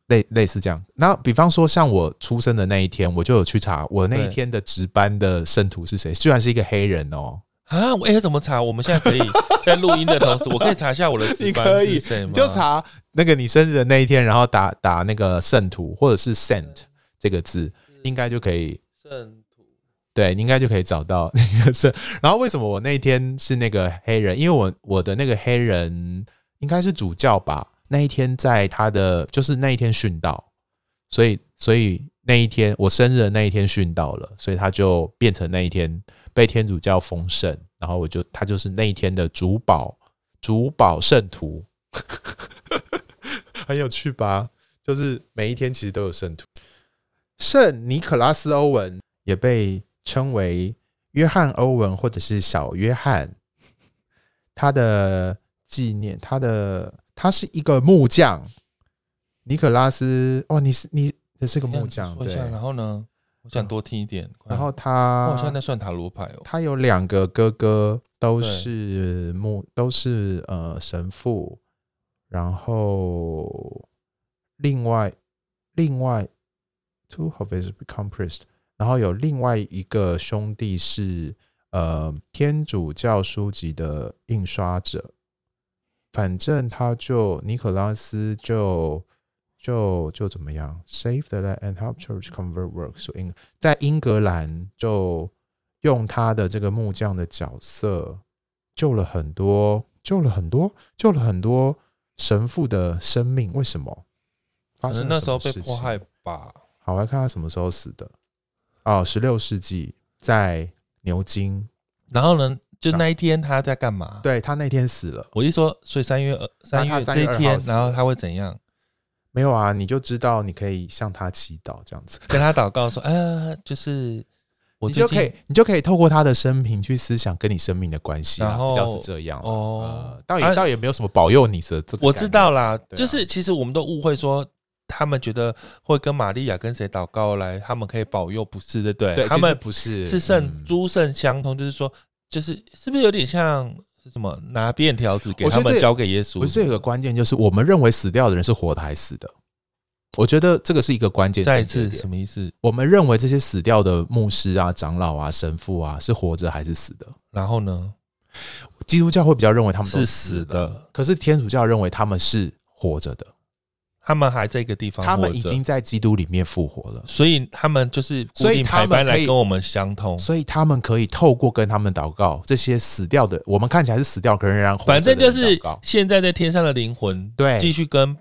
Speaker 4: 类类似这样，那比方说像我出生的那一天，我就有去查我那一
Speaker 3: 对
Speaker 4: 天的值班的圣徒是谁，居然是一个黑人哦，
Speaker 3: 啊，我哎、怎么查？我们现在可以在录音的同时，我可以查一下我的值
Speaker 4: 你
Speaker 3: 班
Speaker 4: 可
Speaker 3: 是
Speaker 4: 以
Speaker 3: 谁吗？
Speaker 4: 你就查那个你生日的那一天，然后打打那个圣徒或者是 saint 这个字，
Speaker 3: 嗯
Speaker 4: 应该就可以
Speaker 3: 圣徒，
Speaker 4: 对，你应该就可以找到那个是。 然后为什么我那一天是那个黑人？因为我我的那个黑人应该是主教吧，那一天在他的就是那一天殉道，所以所以那一天我生日的那一天殉道了，所以他就变成那一天被天主教封圣，然后我就他就是那一天的主保主保圣徒， 很有趣吧？就是每一天其实都有圣徒。圣尼可拉斯·欧文也被称为约翰·欧文或者是小约翰。他的纪念，他的他是一个木匠，尼可拉斯。哦，你是你，你是个木匠，
Speaker 3: 哎说一
Speaker 4: 对。
Speaker 3: 下，然后呢，我想多听一点。哎快
Speaker 4: 然后
Speaker 3: 我
Speaker 4: 他，
Speaker 3: 好像在算塔罗牌哦。
Speaker 4: 他有两个哥哥，都
Speaker 3: 对
Speaker 4: 是牧，都是呃神父，然后另外另外 two of his compressed，然后有另外一个兄弟是呃天主教书籍的印刷者，反正他就尼可拉斯就。就就怎么样，save the land and help church convert works to Eng，在英格兰就用他的这个木匠的角色，救了很多，救了很多，救了很多神父的生命。为什么？发
Speaker 3: 可
Speaker 4: 生
Speaker 3: 能
Speaker 4: 了
Speaker 3: 那
Speaker 4: 什
Speaker 3: 时候
Speaker 4: 么
Speaker 3: 被
Speaker 4: 事
Speaker 3: 迫
Speaker 4: 情
Speaker 3: 害吧。
Speaker 4: 好，我来看他什么时候死的。哦，十六世纪在牛津，
Speaker 3: 然后呢，就那一天他在干嘛？，
Speaker 4: 对他那天死了。
Speaker 3: 我一说，所以三月二三
Speaker 4: 他
Speaker 3: 月
Speaker 4: 3
Speaker 3: 这
Speaker 4: 月
Speaker 3: 一
Speaker 4: 2号
Speaker 3: 天，
Speaker 4: 死
Speaker 3: 然后他会怎样？
Speaker 4: 没有啊，你就知道你可以向他祈祷这样子，
Speaker 3: 跟他祷告说，呃，就是我
Speaker 4: 你
Speaker 3: 最
Speaker 4: 就可
Speaker 3: 近
Speaker 4: 以，你就可以透过他的生平去思想跟你生命的关系啊，
Speaker 3: 然后
Speaker 4: 比较是这样啊
Speaker 3: 哦
Speaker 4: 呃倒也、
Speaker 3: 啊
Speaker 4: 倒也没有什么保佑你的这个概
Speaker 3: 我
Speaker 4: 念，
Speaker 3: 知道啦，
Speaker 4: 对啊
Speaker 3: 就是其实我们都误会说，他们觉得会跟玛利亚跟谁祷告来，他们可以保佑，不是对不对？
Speaker 4: 对，
Speaker 3: 他
Speaker 4: 其实
Speaker 3: 们
Speaker 4: 不是
Speaker 3: 是
Speaker 4: 嗯
Speaker 3: 圣诸圣相通，就是说，就是是不是有点像是什么拿便条纸给
Speaker 4: 我觉
Speaker 3: 他
Speaker 4: 得
Speaker 3: 们
Speaker 4: 这
Speaker 3: 交给耶稣？
Speaker 4: 我觉得这个关键就是我们认为死掉的人是活的还是死的，我觉得这个是一个关键。
Speaker 3: 再一次什么意思？
Speaker 4: 我们认为这些死掉的牧师啊、长老啊、神父啊是活着还是死的？
Speaker 3: 然后呢？
Speaker 4: 基督教会比较认为他们都
Speaker 3: 是
Speaker 4: 死
Speaker 3: 死的，
Speaker 4: 可是天主教认为他们是活着的，
Speaker 3: 他们还在一个地方，
Speaker 4: 他们已经，在基督里面复活了。
Speaker 3: 所以他们就是固
Speaker 4: 所以
Speaker 3: 定排
Speaker 4: 他们
Speaker 3: 班
Speaker 4: 可
Speaker 3: 来
Speaker 4: 以
Speaker 3: 跟我们相通。
Speaker 4: 所以他们可以透过跟他们祷告，这些死掉的，我们看起来是死掉，可仍然活
Speaker 3: 反
Speaker 4: 着
Speaker 3: 正
Speaker 4: 的人
Speaker 3: 就是
Speaker 4: 祷告
Speaker 3: 现在在天上的灵魂，
Speaker 4: 对
Speaker 3: 继续跟，有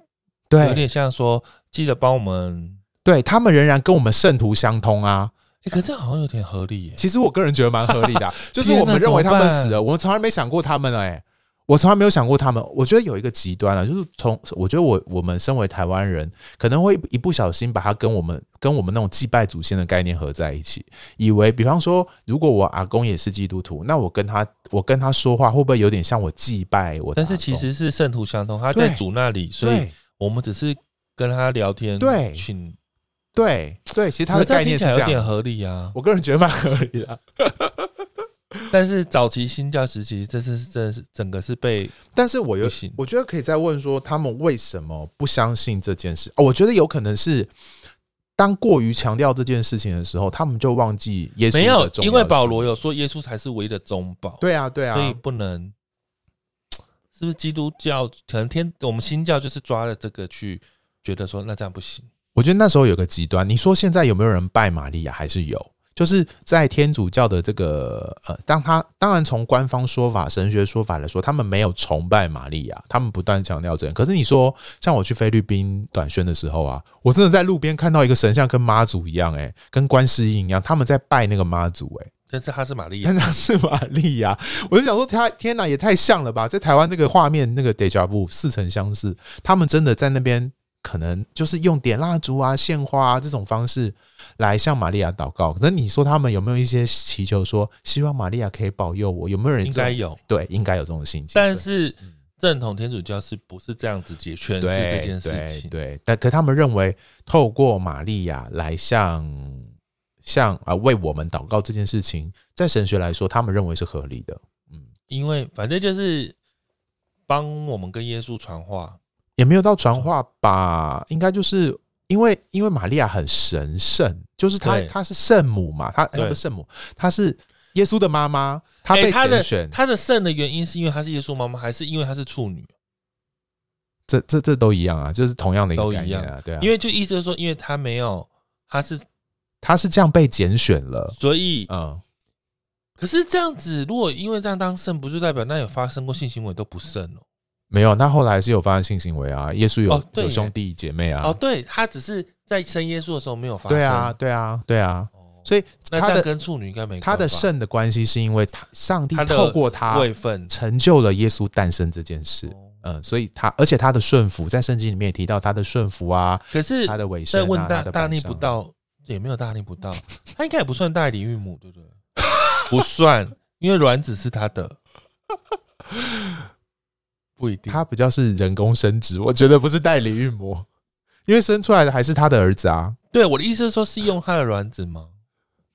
Speaker 4: 对
Speaker 3: 点像说，记得帮我们
Speaker 4: 对，他们仍然跟我们圣徒相通啊。
Speaker 3: 欸、可是这样好像有点合理耶。
Speaker 4: 其实我个人觉得蛮合理 的啊、就是我们
Speaker 3: 天哪
Speaker 4: 认为他们
Speaker 3: 怎么办
Speaker 4: 死了，我们从来没想过他们哎、我从来没有想过他们。我觉得有一个极端啊，就是从我觉得我我们身为台湾人，可能会一不小心把它跟我们跟我们那种祭拜祖先的概念合在一起，以为比方说，如果我阿公也是基督徒，那我跟他我跟他说话会不会有点像我祭拜我的
Speaker 3: 但
Speaker 4: 阿公？
Speaker 3: 是其实是圣徒相通，他在
Speaker 4: 对
Speaker 3: 主那里，所以
Speaker 4: 对
Speaker 3: 我们只是跟他聊天，
Speaker 4: 对
Speaker 3: 请
Speaker 4: 对对，其实他的
Speaker 3: 可这
Speaker 4: 概
Speaker 3: 样听
Speaker 4: 念是
Speaker 3: 起来
Speaker 4: 这
Speaker 3: 有点
Speaker 4: 样。
Speaker 3: 合理啊。
Speaker 4: 我个人觉得蛮合理的啊、
Speaker 3: 但是早期新教时期，这次是真的是整个是被
Speaker 4: 但是我有
Speaker 3: 不行，
Speaker 4: 我觉得可以再问说，他们为什么不相信这件事？哦，我觉得有可能是当过于强调这件事情的时候，他们就忘记耶稣的
Speaker 3: 没有，
Speaker 4: 重要性
Speaker 3: 因为保罗有说耶稣才是唯一的宗保，、
Speaker 4: 对啊，对
Speaker 3: 所以
Speaker 4: 啊，
Speaker 3: 不能。是不是基督教可能天我们新教就是抓了这个去觉得说那这样不行，
Speaker 4: 我觉得那时候有个极端。你说现在有没有人拜玛利亚？还是有？就是在天主教的这个呃，当他当然从官方说法、神学说法来说，他们没有崇拜玛利亚，他们不断强调这样。可是你说，像我去菲律宾短宣的时候啊，我真的在路边看到一个神像跟妈祖一样、欸，跟观世音一样，他们在拜那个妈祖、欸，
Speaker 3: 但是他是玛利亚
Speaker 4: 但， 那是玛利亚，我就想说，他天哪，也太像了吧！在台湾那个画面，那个 deja vu 似曾相识，他们真的在那边可能就是用点蜡烛啊、献花啊这种方式来向玛利亚祷告。那你说他们有没有一些祈求说，希望玛利亚可以保佑我？有没有人
Speaker 3: 应
Speaker 4: 这种
Speaker 3: 该有，
Speaker 4: 对，应该有这种心情，
Speaker 3: 但是正统天主教是不是这样子解诠释
Speaker 4: 对
Speaker 3: 这件事情？
Speaker 4: 对，对但可他们认为透过玛利亚来向向啊为我们祷告这件事情，在神学来说，他们认为是合理的。嗯。
Speaker 3: 因为反正就是帮我们跟耶稣传话，
Speaker 4: 也没有到传话吧，应该就是因为因为玛利亚很神圣，就是她
Speaker 3: 对
Speaker 4: 她是圣母嘛，她哎她
Speaker 3: 对
Speaker 4: 不是圣母，她是耶稣的妈妈，她
Speaker 3: 哎
Speaker 4: 被
Speaker 3: 他
Speaker 4: 拣
Speaker 3: 的
Speaker 4: 选，
Speaker 3: 他的圣的原因是因为她是耶稣妈妈，还是因为她是处女？
Speaker 4: 这这这都一样啊，就是同样的一个
Speaker 3: 都
Speaker 4: 概
Speaker 3: 一
Speaker 4: 念
Speaker 3: 样
Speaker 4: 啊，对啊，
Speaker 3: 因
Speaker 4: 为
Speaker 3: 为就意思就是说，因为她没有，她是
Speaker 4: 她是这样被拣选了，
Speaker 3: 所以
Speaker 4: 嗯，
Speaker 3: 可是这样子，如果因为这样当圣，不就代表那有发生过性行为都不圣哦？
Speaker 4: 没有，那后来是有发生性行为啊，耶稣有、
Speaker 3: 哦对
Speaker 4: 有
Speaker 3: 耶
Speaker 4: 兄弟姐妹啊，
Speaker 3: 哦，对，她只是在生耶稣的时候没有发生。
Speaker 4: 对啊，，对啊，对啊，
Speaker 3: 哦、
Speaker 4: 所以
Speaker 3: 那
Speaker 4: 她
Speaker 3: 这样
Speaker 4: 的
Speaker 3: 跟处女应该没
Speaker 4: 她的
Speaker 3: 关吧
Speaker 4: 圣啊的关系是因为她上帝
Speaker 3: 她的
Speaker 4: 透过她
Speaker 3: 位分
Speaker 4: 成就了耶稣诞生这件事。
Speaker 3: 哦
Speaker 4: 嗯，所以他，而且他的顺服，在圣经里面也提到他的顺服啊，
Speaker 3: 可是
Speaker 4: 他的尾声、
Speaker 3: 再
Speaker 4: 啊，
Speaker 3: 问
Speaker 4: 他
Speaker 3: 大
Speaker 4: 的啊
Speaker 3: 大逆
Speaker 4: 摆上
Speaker 3: 不，道，也没有大逆不道，他应该也不算代理孕母，对不对？ 不算，因为卵子是他 的，不一定。
Speaker 4: 他比较是人工生殖，我觉得不是代理孕母，因为生出来的还是他的儿子啊，
Speaker 3: 对我的意思是说，是用他的卵子吗？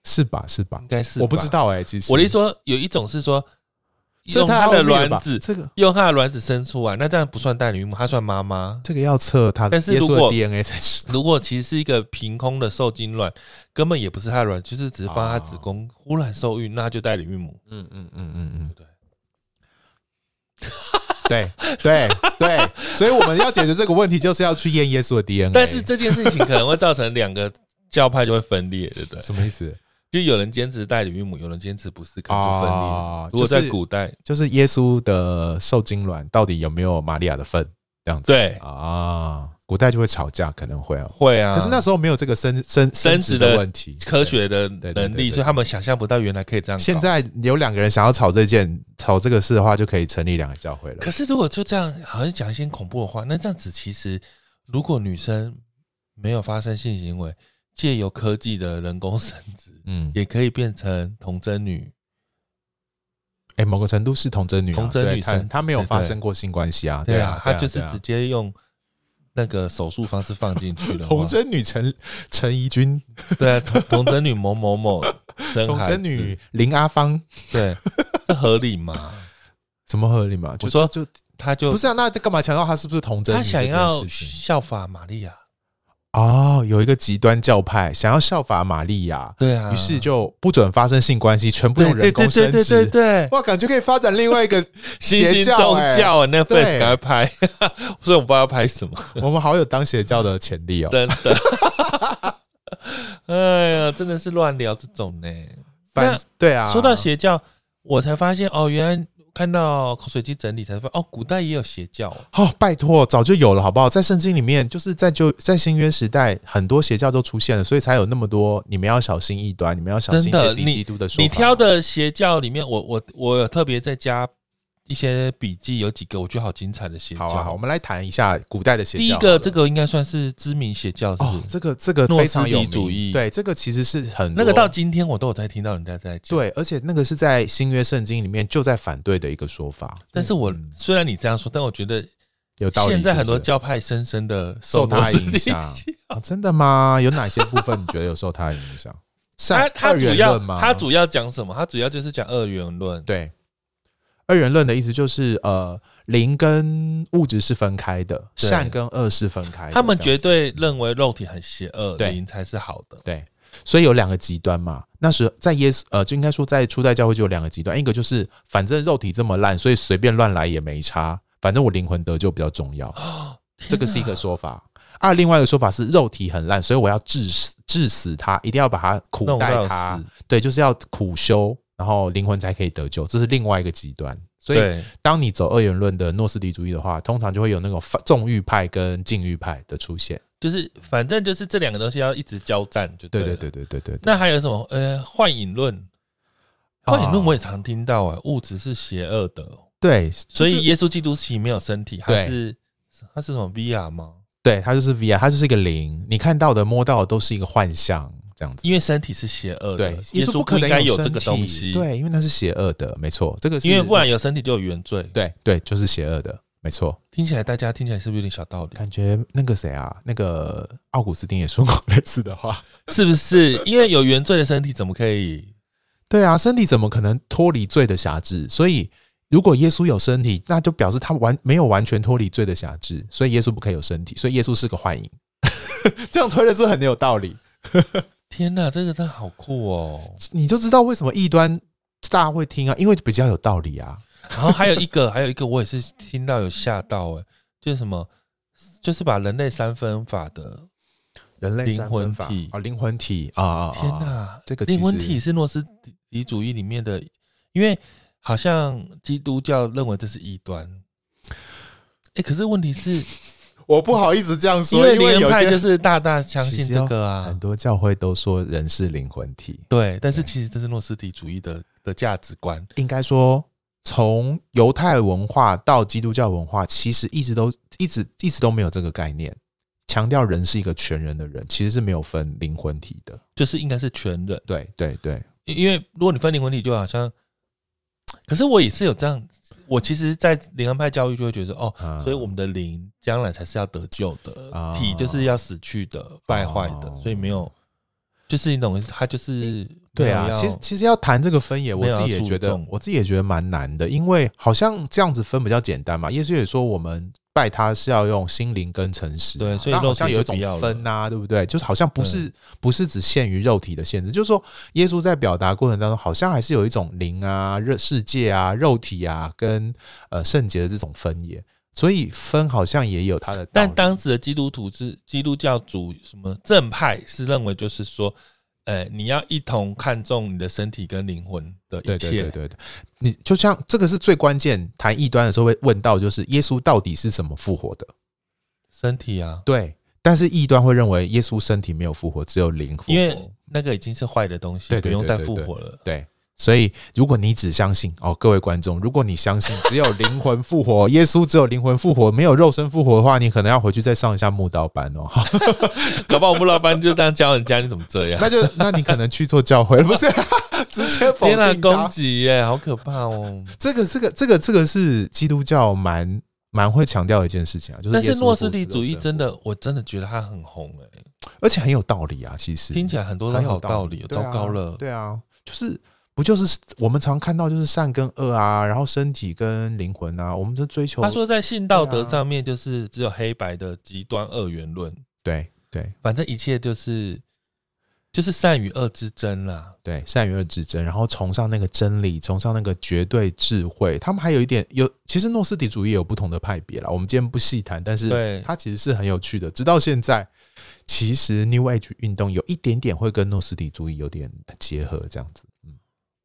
Speaker 4: 是吧？是吧
Speaker 3: 应？该是吧，
Speaker 4: 我不知道哎、其实
Speaker 3: 我的意思说，有一种是说
Speaker 4: 这
Speaker 3: 用
Speaker 4: 太
Speaker 3: 他
Speaker 4: 奥
Speaker 3: 的
Speaker 4: 秘了吧
Speaker 3: 卵子，
Speaker 4: 这个
Speaker 3: 用他的卵子生出来，那这样不算代理孕母，他算妈妈。
Speaker 4: 这个要测他
Speaker 3: 但是
Speaker 4: 耶稣
Speaker 3: 如
Speaker 4: 的
Speaker 3: 果
Speaker 4: DNA 才知道。
Speaker 3: 如果其实是一个凭空的受精卵，根本也不是他的卵，就是只是放在他子宫忽然受孕，那他就代理孕母，
Speaker 4: 嗯嗯嗯嗯嗯
Speaker 3: 对，不对？
Speaker 4: 对对对，所以我们要解决这个问题，就是要去验耶稣的 DNA。
Speaker 3: 但是这件事情可能会造成两个教派就会分裂，对不对？
Speaker 4: 什么意思？
Speaker 3: 就有人坚持代理孕母，有人坚持不是，可能就分裂。
Speaker 4: 啊，
Speaker 3: 如果在
Speaker 4: 就是
Speaker 3: 古代，
Speaker 4: 就是耶稣的受精卵到底有没有玛利亚的份这样子
Speaker 3: 对，
Speaker 4: 啊？古代就会吵架，可能会啊。
Speaker 3: 会啊。
Speaker 4: 可是那时候没有这个生生
Speaker 3: 生殖
Speaker 4: 殖
Speaker 3: 的
Speaker 4: 问题，
Speaker 3: 科学的
Speaker 4: 对对对
Speaker 3: 能
Speaker 4: 对
Speaker 3: 力，
Speaker 4: 对
Speaker 3: 所以他们想象不到原来可以这样搞。
Speaker 4: 现在有两个人想要吵这件、吵这个事的话，就可以成立两个教会了
Speaker 3: 可。是如果就这样，好像讲一些恐怖的话，那这样子其实，如果女生没有发生性行为，借由科技的人工生殖，
Speaker 4: 嗯，
Speaker 3: 也可以变成童真女。
Speaker 4: 哎、某个程度是童真女啊、
Speaker 3: 童真女
Speaker 4: 对她
Speaker 3: 生
Speaker 4: 她没有
Speaker 3: 对对
Speaker 4: 发生过性关系啊，
Speaker 3: 对啊，，
Speaker 4: 啊对
Speaker 3: 她
Speaker 4: 啊
Speaker 3: 就是
Speaker 4: 对啊
Speaker 3: 直接用那个手术方式放进去了。
Speaker 4: 童，真女陈陈怡君，
Speaker 3: 对啊，童童真女某某某，生
Speaker 4: 童
Speaker 3: 孩
Speaker 4: 真
Speaker 3: 子
Speaker 4: 女，林阿芳，
Speaker 3: 对，这合理吗？
Speaker 4: 什么合理嘛？就
Speaker 3: 我说
Speaker 4: 就就
Speaker 3: 她就
Speaker 4: 不是啊，那干嘛强调她是不是童真女
Speaker 3: 她
Speaker 4: 这件
Speaker 3: 想
Speaker 4: 事情？
Speaker 3: 要效法玛利亚，
Speaker 4: 哦，有一个极端教派想要效法玛利亚，
Speaker 3: 对啊，
Speaker 4: 于是就不准发生性关系，全部
Speaker 3: 对
Speaker 4: 用
Speaker 3: 对
Speaker 4: 人
Speaker 3: 对
Speaker 4: 工
Speaker 3: 对
Speaker 4: 生
Speaker 3: 对对
Speaker 4: 殖。
Speaker 3: 对，
Speaker 4: 哇，感觉可以发展另外一个
Speaker 3: 新
Speaker 4: 邪
Speaker 3: 兴
Speaker 4: 教、
Speaker 3: 宗
Speaker 4: 欸、
Speaker 3: 教啊，那 f a c
Speaker 4: 对
Speaker 3: e 赶快拍， 所以我不知道要拍什么，
Speaker 4: 我们好有当邪教的潜力哦。
Speaker 3: 真的。 哎呀，真的是乱聊这种呢。
Speaker 4: 反对啊，
Speaker 3: 说到邪教，我才发现哦，原来看到口水鸡整理才发哦，古代也有邪教哦。
Speaker 4: 哦，拜托，早就有了，好不好？在圣经里面，就是在就在新约时代，很多邪教都出现了，所以才有那么多你们要小心异端，你们要小
Speaker 3: 真
Speaker 4: 心
Speaker 3: 的
Speaker 4: 芥蒂
Speaker 3: 你
Speaker 4: 基督的说法
Speaker 3: 你挑的邪教里面，我我我有特别在加一些笔记，有几个我觉得好精彩的邪教。
Speaker 4: 好啊，好，我们来谈一下古代的邪教。
Speaker 3: 第一
Speaker 4: 好
Speaker 3: 个
Speaker 4: 了
Speaker 3: 这个应该算是知名邪教，是不是？
Speaker 4: 哦，这个这个
Speaker 3: 诺斯
Speaker 4: 非常有
Speaker 3: 底
Speaker 4: 名
Speaker 3: 主义
Speaker 4: 对，这个其实是很
Speaker 3: 那个
Speaker 4: 多
Speaker 3: 到今天我都有在听到人家在讲。
Speaker 4: 对，而且那个是在新约圣经里面就在反对的一个说法。
Speaker 3: 但是我
Speaker 4: 嗯
Speaker 3: 虽然你这样说，但我觉得
Speaker 4: 有道理，
Speaker 3: 现在很
Speaker 4: 是
Speaker 3: 多
Speaker 4: 不是
Speaker 3: 教派深深的
Speaker 4: 受他影 响
Speaker 3: 诺斯底
Speaker 4: 啊，真的吗？有哪些部分你觉得有受他影响？
Speaker 3: 他
Speaker 4: 善
Speaker 3: 他
Speaker 4: 二
Speaker 3: 主
Speaker 4: 元
Speaker 3: 要
Speaker 4: 论吗？
Speaker 3: 他主要讲什么？他主要就是讲二元论。
Speaker 4: 对，二元论的意思就是呃，灵跟物质是分开的，
Speaker 3: 对
Speaker 4: 善跟恶是分开的。
Speaker 3: 他们
Speaker 4: 这样
Speaker 3: 绝对认为肉体很邪恶，
Speaker 4: 对
Speaker 3: 灵才是好的。
Speaker 4: 对，所以有两个极端嘛。那时在耶稣呃，就应该说在初代教会就有两个极端，一个就是反正肉体这么烂，所以随便乱来也没差，反正我灵魂得救比较重要，
Speaker 3: 哦
Speaker 4: 这个是一个说法。啊，另外一个说法是肉体很烂，所以我要致死致死他，一定要把他苦
Speaker 3: 弄
Speaker 4: 待
Speaker 3: 到
Speaker 4: 他
Speaker 3: 死，，
Speaker 4: 对，就是要苦修，然后灵魂才可以得救，这是另外一个极端。所以
Speaker 3: 对
Speaker 4: 当你走二元论的诺斯底主义的话，通常就会有那种泛纵欲派跟禁欲派的出现。
Speaker 3: 就是反正就是这两个东西要一直交战，就
Speaker 4: 对
Speaker 3: 对
Speaker 4: 对
Speaker 3: 了
Speaker 4: 对。对对对对。
Speaker 3: 那还有什么？呃，幻影论，
Speaker 4: 啊
Speaker 3: 幻影论我也常听到啊，物质是邪恶的，
Speaker 4: 对，
Speaker 3: 所
Speaker 4: 就是
Speaker 3: 以耶稣基督其实没有身体，他
Speaker 4: 对
Speaker 3: 是他是什么 VR 吗？
Speaker 4: 对它就是 VR，它就是一个灵，你看到的、摸到的都是一个幻象，这样子。
Speaker 3: 因为身体是邪恶的，
Speaker 4: 对，
Speaker 3: 耶
Speaker 4: 稣
Speaker 3: 稣
Speaker 4: 不可
Speaker 3: 应
Speaker 4: 能
Speaker 3: 该
Speaker 4: 有
Speaker 3: 这个
Speaker 4: 身体
Speaker 3: 东西，，
Speaker 4: 对，因为那是邪恶的，没错，这个是
Speaker 3: 因为不然有身体就有原罪。
Speaker 4: 对对，就是邪恶的，没错。
Speaker 3: 听起来大家听起来是不是有点小道理？
Speaker 4: 感觉那个谁啊，那个奥古斯丁也说过 类似的话。
Speaker 3: 是不是？因为有原罪的身体怎么可以？
Speaker 4: 对啊，身体怎么可能脱离罪的辖制？所以，如果耶稣有身体，那就表示他完没有完全脱离罪的辖制，所以耶稣不可以有身体，所以耶稣是个幻影。 这样推论是很有道理，
Speaker 3: 天哪，这个真的好酷哦！
Speaker 4: 你就知道为什么异端大家会听啊，因为比较有道理啊。
Speaker 3: 然后还有一个， 还有一个，我也是听到有吓到哎、就是什么，就是把人类三分法的。
Speaker 4: 人类
Speaker 3: 灵
Speaker 4: 三
Speaker 3: 魂
Speaker 4: 分法
Speaker 3: 体
Speaker 4: 啊，灵魂体啊啊！啊
Speaker 3: 天哪，
Speaker 4: 啊这个其实
Speaker 3: 灵魂体是诺斯底主义里面的，因为好像基督教认为这是异端。哎、可是问题 是，
Speaker 4: 我不好意思这样
Speaker 3: 因
Speaker 4: 说，
Speaker 3: 为
Speaker 4: 因为
Speaker 3: 灵
Speaker 4: 有
Speaker 3: 恩派就
Speaker 4: 些
Speaker 3: 是大大相信这个
Speaker 4: 很
Speaker 3: 啊，
Speaker 4: 多教会都说人是灵魂体，
Speaker 3: 对，但是其实这是诺斯底主义的的价值观。
Speaker 4: 应该说，从犹太文化到基督教文化，其实一直都一直一直都没有这个概念，强调人是一个全人的人，其实是没有分灵魂体的。
Speaker 3: 就是应该是全人，
Speaker 4: 对对对，
Speaker 3: 因因为如果你分灵魂体，就好像，可是我也是有这样，我其实，在灵恩派教育就会觉得说哦，
Speaker 4: 啊
Speaker 3: 所以我们的灵将来才是要得救的，
Speaker 4: 啊
Speaker 3: 体就是要死去的、败坏的，
Speaker 4: 哦
Speaker 3: 所以没有，就是你懂，它就是
Speaker 4: 对
Speaker 3: 没
Speaker 4: 啊，
Speaker 3: 有要
Speaker 4: 其实其实要谈这个分野，我
Speaker 3: 没有
Speaker 4: 自己
Speaker 3: 要
Speaker 4: 也
Speaker 3: 注
Speaker 4: 觉得
Speaker 3: 重，
Speaker 4: 我自己也觉得蛮难的，因为好像这样子分比较简单嘛。耶稣也说，我们拜他是要用心灵跟诚实嘛，
Speaker 3: 对所以
Speaker 4: 那好
Speaker 3: 肉
Speaker 4: 像
Speaker 3: 体
Speaker 4: 有一
Speaker 3: 就不
Speaker 4: 种
Speaker 3: 要了
Speaker 4: 分呐、对不对？就是好像不是不是只限于肉体的限制，就是说耶稣在表达过程当中，好像还是有一种灵啊、热世界啊、肉体啊跟呃圣洁的这种分野，所以分好像也有它的道理。
Speaker 3: 但当时的基督徒是基督教主什么正派是认为就是说，哎、你要一同看重你的身体跟灵魂的
Speaker 4: 对
Speaker 3: 一
Speaker 4: 对
Speaker 3: 切。
Speaker 4: 对对对，你就像这个是最关键，谈异端的时候会问到，就是耶稣到底是怎么复活的？
Speaker 3: 身体啊，
Speaker 4: 对，但是异端会认为耶稣身体没有复活，只有灵复活。
Speaker 3: 因为那个已经是坏的东西，
Speaker 4: 对
Speaker 3: 不
Speaker 4: 对
Speaker 3: 用
Speaker 4: 对
Speaker 3: 再
Speaker 4: 对
Speaker 3: 复
Speaker 4: 对
Speaker 3: 活了。
Speaker 4: 对，所以如果你只相信哦，各位观众，如果你相信只有灵魂复活，耶稣只有灵魂复活，没有肉身复活的话，你可能要回去再上一下木道 班哦。
Speaker 3: 搞不好我们老板就这样教人家，你怎么这 样？
Speaker 4: 那就那你可能去做教会了，不是？直接 否
Speaker 3: 天啊，
Speaker 4: 定
Speaker 3: 攻
Speaker 4: 他。
Speaker 3: 击耶，好可怕 哦！
Speaker 4: 这个这个这个这个是基督教蛮蛮会强调的一件事情啊，就是
Speaker 3: 但是
Speaker 4: 耶稣
Speaker 3: 诺斯
Speaker 4: 复活
Speaker 3: 底主义
Speaker 4: 肉身
Speaker 3: 真的，我真的觉得他很红哎，
Speaker 4: 而且很有道理啊，其实
Speaker 3: 听起来很多都
Speaker 4: 很
Speaker 3: 好
Speaker 4: 有
Speaker 3: 道理哦，
Speaker 4: 对啊
Speaker 3: 糟糕了。
Speaker 4: 对啊，就是不就是我们常看到就是善跟恶啊，然后身体跟灵魂啊，我们这追求
Speaker 3: 他说在性道德
Speaker 4: 对啊
Speaker 3: 上面就是只有黑白的极端二元论，
Speaker 4: 对对
Speaker 3: 反正一切就是就是善与恶之争啦。
Speaker 4: 对，善与恶之争，然后崇尚那个真理，崇尚那个绝对智慧。他们还有一点有，其实诺斯底主义有不同的派别啦，我们今天不细谈，但
Speaker 3: 对
Speaker 4: 是它其实是很有趣的。直到现在，其实 New Age 运动有一点点会跟诺斯底主义有点结合，这样子。嗯，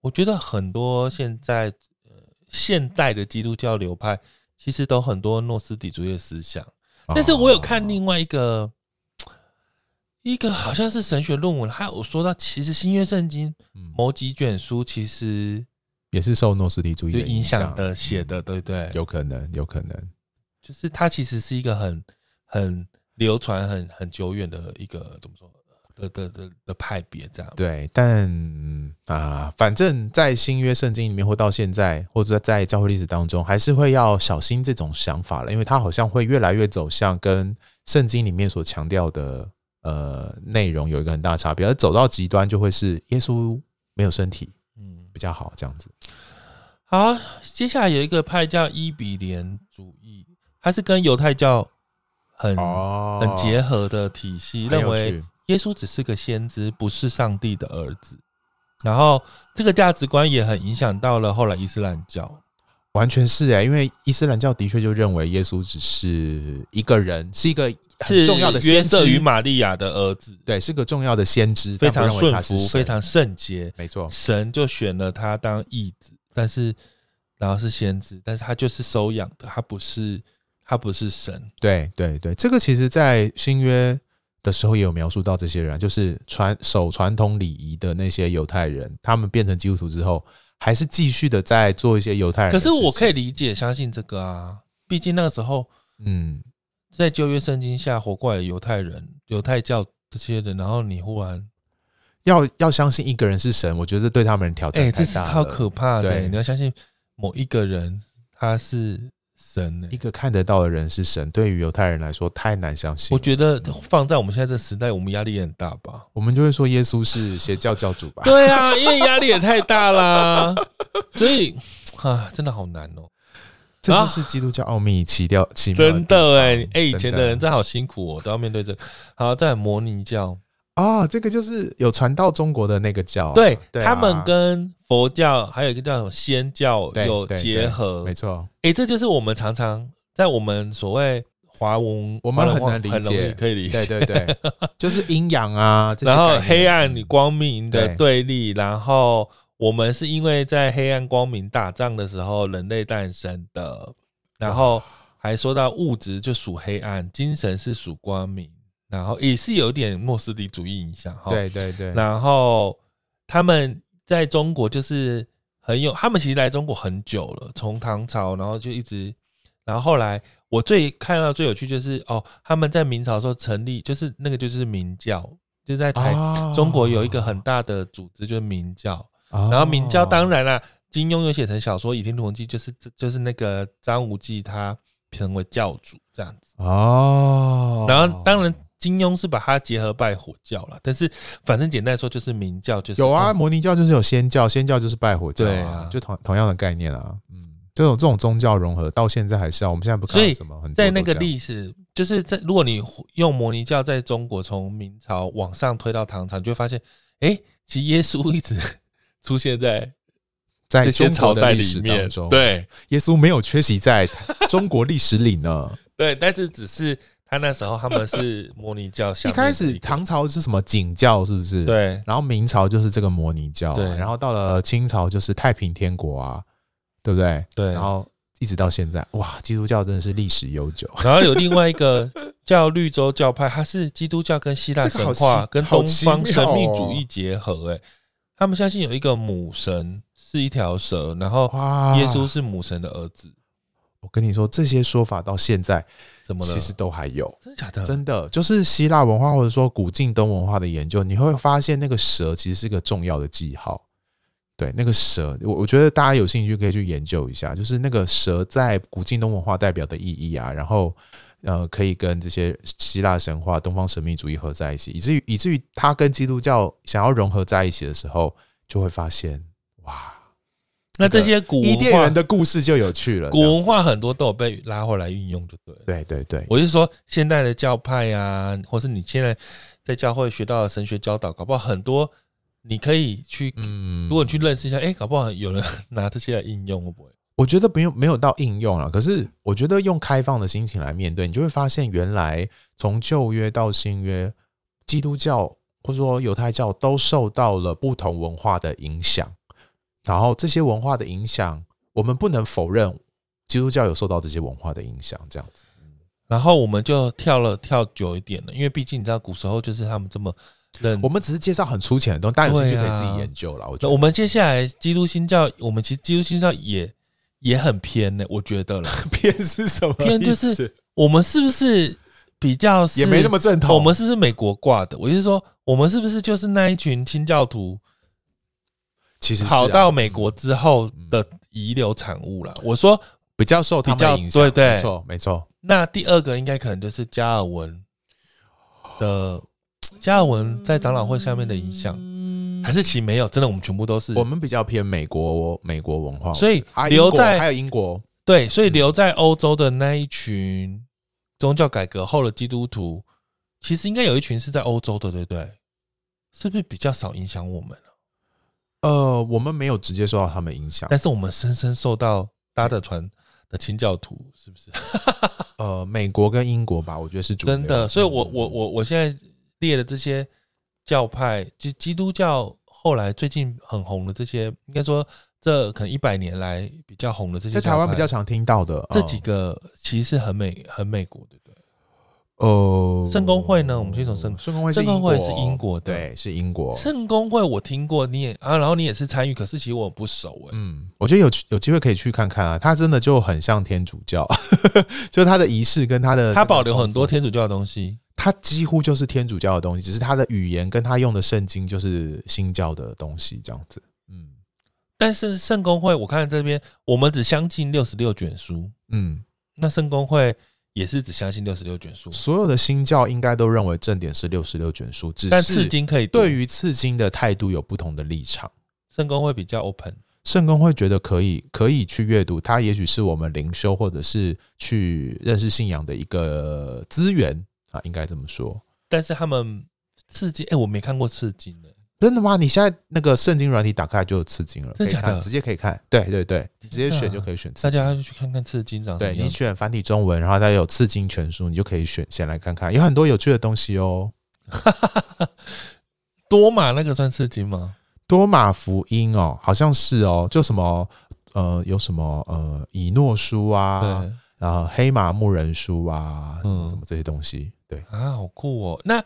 Speaker 3: 我觉得很多现在呃现代的基督教流派其实都很多诺斯底主义的思想，但是我有看
Speaker 4: 哦
Speaker 3: 另外一个。一个好像是神学论文，还有说到，其实新约圣经
Speaker 4: 嗯
Speaker 3: 某几卷书其实
Speaker 4: 也是受诺斯底主义
Speaker 3: 就
Speaker 4: 的
Speaker 3: 影响
Speaker 4: 响
Speaker 3: 的写的，对不对？
Speaker 4: 有可能，有可能。
Speaker 3: 就是它其实是一个很很流传很很久远的一个怎么说的的的的派别这样。
Speaker 4: 对，但啊、反正，在新约圣经里面，或到现在，或者在教会历史当中，还是会要小心这种想法了，因为它好像会越来越走向跟圣经里面所强调的呃内容有一个很大的差别，而走到极端就会是耶稣没有身体
Speaker 3: 嗯，
Speaker 4: 比较好这样子。
Speaker 3: 好，接下来有一个派叫伊比莲主义，它是跟犹太教很、
Speaker 4: 哦
Speaker 3: 嗯很结合的体系，
Speaker 4: 很
Speaker 3: 认
Speaker 4: 有
Speaker 3: 为
Speaker 4: 趣
Speaker 3: 耶稣只是个先知，不是上帝的儿子。然后这个价值观也很影响到了后来伊斯兰教。
Speaker 4: 完全是哎、因为伊斯兰教的确就认为耶稣只是一个人，是一个很
Speaker 3: 是
Speaker 4: 重要的
Speaker 3: 约
Speaker 4: 先知
Speaker 3: 瑟与玛利亚的儿子，
Speaker 4: 对，是个重要的先知，
Speaker 3: 非
Speaker 4: 但不
Speaker 3: 常
Speaker 4: 认为
Speaker 3: 顺
Speaker 4: 他是
Speaker 3: 服，
Speaker 4: 神
Speaker 3: 非常圣洁。
Speaker 4: 没错，
Speaker 3: 神就选了他当义子，但是然后是先知，但是他就是收养的，他不是他不是神，
Speaker 4: 对对对，这个其实，在新约的时候也有描述到这些人，啊就是传守传统礼仪的那些犹太人，他们变成基督徒之后，还是继续的在做一些犹太人。
Speaker 3: 可是我可
Speaker 4: 以，
Speaker 3: 以理解相信这个啊，毕竟那个时候
Speaker 4: 嗯，
Speaker 3: 在旧约圣经下活过来的犹太人、犹太教这些人，然后你忽然
Speaker 4: 要要相信一个人是神，我觉得这对他们挑
Speaker 3: 哎、
Speaker 4: 战
Speaker 3: 这
Speaker 4: 太
Speaker 3: 是
Speaker 4: 大了。
Speaker 3: 超可怕的、
Speaker 4: 对
Speaker 3: 你要相信某一个人他是神、欸。
Speaker 4: 一个看得到的人是神，对于犹太人来说太难相信了。
Speaker 3: 我觉得放在我们现在这时代，我们压力也很大吧？
Speaker 4: 我们就会说耶稣是邪教教主吧。
Speaker 3: 对啊，因为压力也太大啦，所以啊，真的好难哦、
Speaker 4: 这就是基督教奥秘奇妙奇妙
Speaker 3: 啊真的哎、哎、以
Speaker 4: 真
Speaker 3: 前
Speaker 4: 的
Speaker 3: 的人真好辛苦哦，都要面对这个。好，再来摩尼教，
Speaker 4: 啊、这个就是有传到中国的那个教啊、
Speaker 3: 对
Speaker 4: 对啊
Speaker 3: 他们跟佛教还有一个叫什么仙教
Speaker 4: 对
Speaker 3: 有
Speaker 4: 对
Speaker 3: 结
Speaker 4: 对
Speaker 3: 合。
Speaker 4: 没
Speaker 3: 哎、
Speaker 4: 错，
Speaker 3: 这就是我们常常在我们所谓华文，
Speaker 4: 我们
Speaker 3: 华
Speaker 4: 很
Speaker 3: 文化
Speaker 4: 难理
Speaker 3: 很容
Speaker 4: 解
Speaker 3: 易可以理
Speaker 4: 对
Speaker 3: 解。
Speaker 4: 对对， 就是阴阳啊，这些
Speaker 3: 然后
Speaker 4: 概念嗯
Speaker 3: 黑暗与光明的
Speaker 4: 对
Speaker 3: 对立，然后我们是因为在黑暗光明打仗的时候，人类诞生的。然后还说到物质就属黑暗，精神是属光明，然后也是有点诺斯底主义影响哈。
Speaker 4: 对对对，
Speaker 3: 哦然后他们在中国就是很有，他们其实来中国很久了，从唐朝，然后就一直，然后后来我最看到最有趣就是哦，他们在明朝的时候成立，就是那个就是明教，就在台、
Speaker 4: 哦
Speaker 3: 哎中国有一个很大的组织就是明教，
Speaker 4: 哦
Speaker 3: 然后明教当然啦，金庸有写成小说《倚天屠龙记》，就是就是那个张无忌他成为教主这样子。
Speaker 4: 哦，
Speaker 3: 然后当然金庸是把它结合拜火教了，但是反正简单来说就是明教，就是
Speaker 4: 有啊，
Speaker 3: 嗯
Speaker 4: 摩尼教就是有仙教，仙教就是拜火教、
Speaker 3: 对啊
Speaker 4: 就同同样的概念啊，嗯，这种这种宗教融合到现在还是啊，我们现在不看
Speaker 3: 所以
Speaker 4: 到什么很多
Speaker 3: 在那个
Speaker 4: 都这样
Speaker 3: 历史，就是在如果你用摩尼教在中国从明朝往上推到唐朝，你就会发现，哎，其实耶稣一直 出现在
Speaker 4: 在
Speaker 3: 这些
Speaker 4: 中
Speaker 3: 朝
Speaker 4: 国
Speaker 3: 代
Speaker 4: 的历
Speaker 3: 里
Speaker 4: 史
Speaker 3: 面
Speaker 4: 当，中，，
Speaker 3: 对
Speaker 4: 耶稣没有缺席在中国历史里呢，
Speaker 3: 对，但是只是他那时候他们是模拟教下
Speaker 4: 一
Speaker 3: 面的个，
Speaker 4: 开始唐朝是什么景教，是不是？。
Speaker 3: 对
Speaker 4: 然后明朝就是这个摩尼教啊、
Speaker 3: 对
Speaker 4: 然后到了清朝就是太平天国啊，对不对？
Speaker 3: 对，
Speaker 4: 然后一直到现在，哇，基督教真的是历史悠久。
Speaker 3: 然后有另外一个叫绿洲教派，它是基督教跟希腊
Speaker 4: 这个好
Speaker 3: 神
Speaker 4: 奇
Speaker 3: 话跟
Speaker 4: 好
Speaker 3: 东
Speaker 4: 奇
Speaker 3: 方
Speaker 4: 妙
Speaker 3: 神秘
Speaker 4: 哦
Speaker 3: 主义结合、欸。他们相信有一个母神是一条蛇，然后
Speaker 4: 哇，
Speaker 3: 耶稣，是母神的儿子，
Speaker 4: 我跟你说，这些说法到现在
Speaker 3: 怎么了？
Speaker 4: 其实都还有。
Speaker 3: 真的假的？
Speaker 4: 真的，就是希腊文化或者说古近东文化的研究，你会发现那个蛇其实是个重要的记号。对，那个蛇，我我觉得大家有兴趣可以去研究一下，就是那个蛇在古近东文化代表的意义啊，然后呃，可以跟这些希腊神话、东方神秘主义合在一起，以至于以至于它跟基督教想要融合在一起的时候，就会发现哇，
Speaker 3: 那这些古
Speaker 4: 伊
Speaker 3: 文
Speaker 4: 甸
Speaker 3: 化
Speaker 4: 园的故事就有趣了。
Speaker 3: 古
Speaker 4: 这样
Speaker 3: 文化很多都有被拉回来运用，就对了。
Speaker 4: 对对对，
Speaker 3: 我是说，现代的教派啊，或是你现在在教会学到的神学教导，搞不好很多你可以去，
Speaker 4: 嗯
Speaker 3: 如果你去认识一下，哎、搞不好有人 拿这些来应用，会不会？
Speaker 4: 我觉得不用没有到应用了，啊可是我觉得用开放的心情来面对，你就会发现原来从旧约到新约，基督教或者说犹太教都受到了不同文化的影响，然后这些文化的影响，我们不能否认基督教有受到这些文化的影响，这样
Speaker 3: 嗯
Speaker 4: 子。
Speaker 3: 然后我们就跳了跳久一点了，因为毕竟你知道，古时候就是他们这么认。
Speaker 4: 我们只是介绍很粗浅的东西，大家有兴趣可
Speaker 3: 对
Speaker 4: 以
Speaker 3: 啊
Speaker 4: 自己研究了。我
Speaker 3: 那
Speaker 4: 觉得
Speaker 3: 我们接下来基督新教，我们其实基督新教也也很偏呢、我觉 得了。
Speaker 4: 偏是什么意思？
Speaker 3: 偏就是我们是不是比较是
Speaker 4: 也没那么正统。
Speaker 3: 我们是不是美国挂的？我就是说，我们是不是就是那一群清教徒
Speaker 4: 其实是啊
Speaker 3: 跑到美国之后的遗留产物啦？我说，
Speaker 4: 比较受他们
Speaker 3: 比较
Speaker 4: 的影响，
Speaker 3: 对对
Speaker 4: 没错没错。
Speaker 3: 那第二个应该可能就是加尔文的加尔文在长老会下面的影响，还是其实没有？真的，我们全部都是
Speaker 4: 我们比较偏美国美国文化，
Speaker 3: 所以
Speaker 4: 啊
Speaker 3: 留
Speaker 4: 英国
Speaker 3: 在
Speaker 4: 还有英国，
Speaker 3: 对，所以留在欧洲的那一群宗教改革后的基督徒，其实应该有一群是在欧洲的，对不对？是不是比较少影响我们？啊
Speaker 4: 呃，我们没有直接受到他们影响，
Speaker 3: 但是我们深深受到搭的船的清教徒，是不是？
Speaker 4: 呃，美国跟英国吧，我觉得是主流嗯
Speaker 3: 真的，所以我我我我现在列的这些教派，就基督教后来最近很红的这些，应该说这可能一百年来比较红的这些
Speaker 4: 在
Speaker 3: 教派，
Speaker 4: 台湾比较哦常听到的
Speaker 3: 这几，个其实是很美很美国的，对不对？
Speaker 4: 呃呃，哦
Speaker 3: 圣公会呢我们先从圣
Speaker 4: 圣公会是
Speaker 3: 圣公会
Speaker 4: 英
Speaker 3: 是英国的
Speaker 4: 对，是英国，
Speaker 3: 圣公会我听过，你也啊，然后你也是参与，可是其实我不熟哎、
Speaker 4: 嗯，我觉得有有机会可以去看看啊，它真的就很像天主教， 就是它的仪式跟它的
Speaker 3: 它保留很多天
Speaker 4: 天。
Speaker 3: 主教的东西，
Speaker 4: 它几乎就是天主教的东西，只是它的语言跟它用的圣经就是新教的东西，这样子。嗯
Speaker 3: 但是圣公会我看这边我们只相信六十六卷书，
Speaker 4: 嗯，
Speaker 3: 那圣公会也是只相信六十六卷书，
Speaker 4: 所有的新教应该都认为正典是六十六卷书，只
Speaker 3: 但
Speaker 4: 是
Speaker 3: 刺经可以读
Speaker 4: 对于刺经的态度有不同的立场。
Speaker 3: 圣公会比较 open。
Speaker 4: 圣公会觉得可以可以去阅读，它也许是我们灵修或者是去认识信仰的一个资源啊，应该这么说。
Speaker 3: 但是他们刺经，哎、我没看过刺经的，
Speaker 4: 真的吗？你现在那个圣经软体打开来就有刺经了，
Speaker 3: 真的
Speaker 4: 可以
Speaker 3: 假的
Speaker 4: 看直接可以看。对对对，你直接
Speaker 3: 真的啊
Speaker 4: 选就可以选刺
Speaker 3: 大
Speaker 4: 经。
Speaker 3: 家去看看刺经长什么
Speaker 4: 对
Speaker 3: 样
Speaker 4: 你。选繁体中文，然后它有刺经全书，你就可以选先来看看，有很多有趣的东西哦。
Speaker 3: 多玛那个算刺经吗？
Speaker 4: 多马福音哦，好像是哦，就什么呃，有什么呃，以诺书啊，
Speaker 3: 对
Speaker 4: 然后黑马牧人书啊，什么
Speaker 3: 嗯
Speaker 4: 什么这些东西。对，
Speaker 3: 啊，好酷哦。那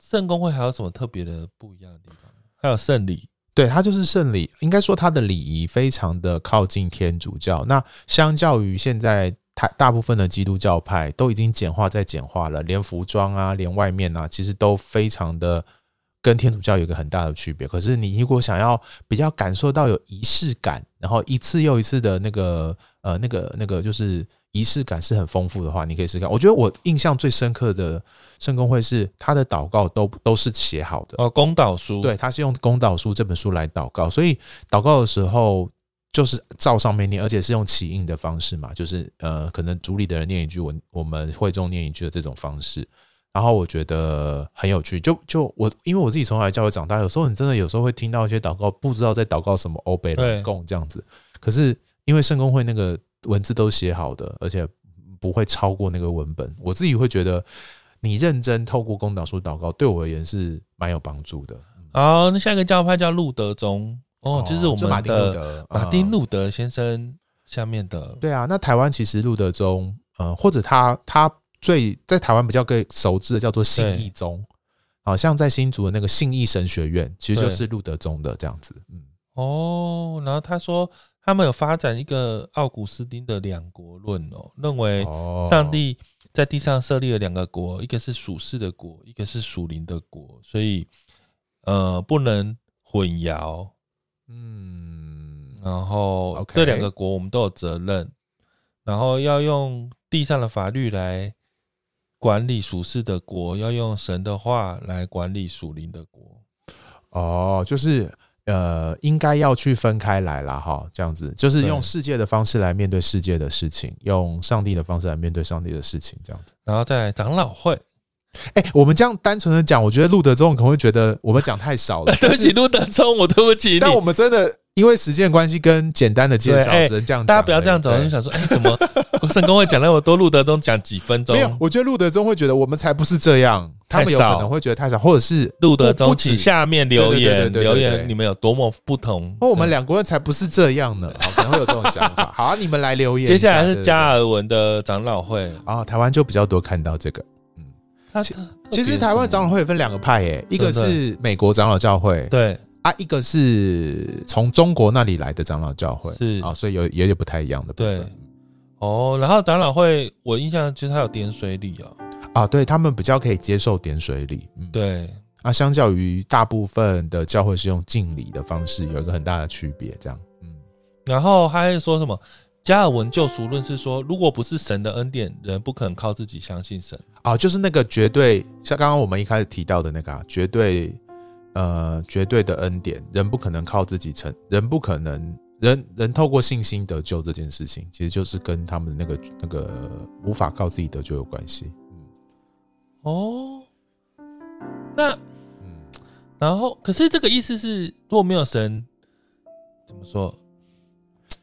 Speaker 3: 圣公会还有什么特别的不一样的地方？还有圣礼，
Speaker 4: 对，它就是圣礼，应该说它的礼仪非常的靠近天主教。那相较于现在台大部分的基督教派都已经简化再简化了，连服装啊，连外面啊，其实都非常的跟天主教有一个很大的区别。可是你如果想要比较感受到有仪式感，然后一次又一次的那个呃那个那个就是仪式感是很丰富的话，你可以试试看。我觉得我印象最深刻的圣公会是他的祷告都都是写好的。
Speaker 3: 哦，公导书，
Speaker 4: 对，，他是用《公祷书》这本书来祷告，所以祷告的时候就是照上面念，而且是用起印的方式嘛，就是呃，可能主里的人念一句，我我们会众念一句的这种方式。然后我觉得很有趣，就就我因为我自己从小在教会长大，有时候你真的有时候会听到一些祷告，不知道在祷告什么欧北
Speaker 3: 对
Speaker 4: 来共这样子。可是因为圣公会那个文字都写好的，而且不会超过那个文本。我自己会觉得，你认真透过公导书祷告，对我而言是蛮有帮助的。
Speaker 3: 好，那下一个教派叫路德宗哦，就是我
Speaker 4: 马
Speaker 3: 们
Speaker 4: 丁路
Speaker 3: 的
Speaker 4: 德，
Speaker 3: 马丁
Speaker 4: 嗯
Speaker 3: 路德先生下面的
Speaker 4: 对啊，那台湾其实路德宗，呃，或者他他最在台湾比较更熟知的叫做信义宗，好像在新竹的那个信义神学院，其实就是路德宗的这样子。嗯，
Speaker 3: 哦。然后他说，他们有发展一个奥古斯丁的两国论哦，认为
Speaker 4: 哦
Speaker 3: 上帝在地上设立了两个国，一个是属世的国，一个是属灵的国，所以呃不能混淆。
Speaker 4: 嗯，
Speaker 3: 然后
Speaker 4: OK
Speaker 3: 这两个国我们都有责任，然后要用地上的法律来管理属世的国，要用神的话来管理属灵的国。
Speaker 4: 哦，就是呃，应该要去分开来啦，哈，这样子，就是用
Speaker 3: 对
Speaker 4: 世界的方式来面对世界的事情，用上帝的方式来面对上帝的事情，这样子。
Speaker 3: 然后再来长老会， ，
Speaker 4: 哎、我们这样单纯的讲，我觉得路德宗可能会觉得我们讲太少了
Speaker 3: 对不起，路德宗，我对不起
Speaker 4: 但我
Speaker 3: 你。
Speaker 4: 们真的因为时间关系跟简单的介绍
Speaker 3: 对，哎
Speaker 4: 只能这样讲而已。欸
Speaker 3: 大家不要这样走，
Speaker 4: 对
Speaker 3: 就想说，哎，怎么圣公会讲那么多，路德宗讲几分钟
Speaker 4: 没？有，我觉得路德宗会觉得我们才不是这样，他们有
Speaker 3: 太少
Speaker 4: 可能会觉得太少，或者是
Speaker 3: 路德宗，
Speaker 4: 不止
Speaker 3: 请下面留
Speaker 4: 对对对
Speaker 3: 言，
Speaker 4: 对对对
Speaker 3: 留
Speaker 4: 对
Speaker 3: 言你们有多么不同。
Speaker 4: 哦，我们两国人才不是这样呢，好可能会有这种想 法。好啊，你们来留言一。
Speaker 3: 接下来是
Speaker 4: 对
Speaker 3: 加尔文的长老会，
Speaker 4: 对对啊，台湾就比较多看到这个。
Speaker 3: 他
Speaker 4: 其
Speaker 3: 特
Speaker 4: 其实台湾长老会有分两个派，诶，一个
Speaker 3: 对对
Speaker 4: 是美国长老教会，
Speaker 3: 对
Speaker 4: 啊，一个是从中国那里来的长老教会，
Speaker 3: 是
Speaker 4: 啊，所以有也有不太一样的部分。
Speaker 3: 对哦，然后长老会，我印象就是他有点水礼哦，
Speaker 4: 啊，对他们比较可以接受点水礼，嗯，
Speaker 3: 对，
Speaker 4: 啊，相较于大部分的教会是用敬礼的方式，有一个很大的区别，这样，嗯，
Speaker 3: 然后他还说什么加尔文救赎论是说，如果不是神的恩典，人不可能靠自己相信神。
Speaker 4: 啊，就是那个绝对，像刚刚我们一开始提到的那个、啊、绝对，呃，绝对的恩典，人不可能靠自己成，人不可能，人人透过信心得救这件事情，其实就是跟他们那个那个无法靠自己得救有关系，
Speaker 3: 哦，那
Speaker 4: 嗯，
Speaker 3: 然后可是这个意思是，如果没有神，怎么说？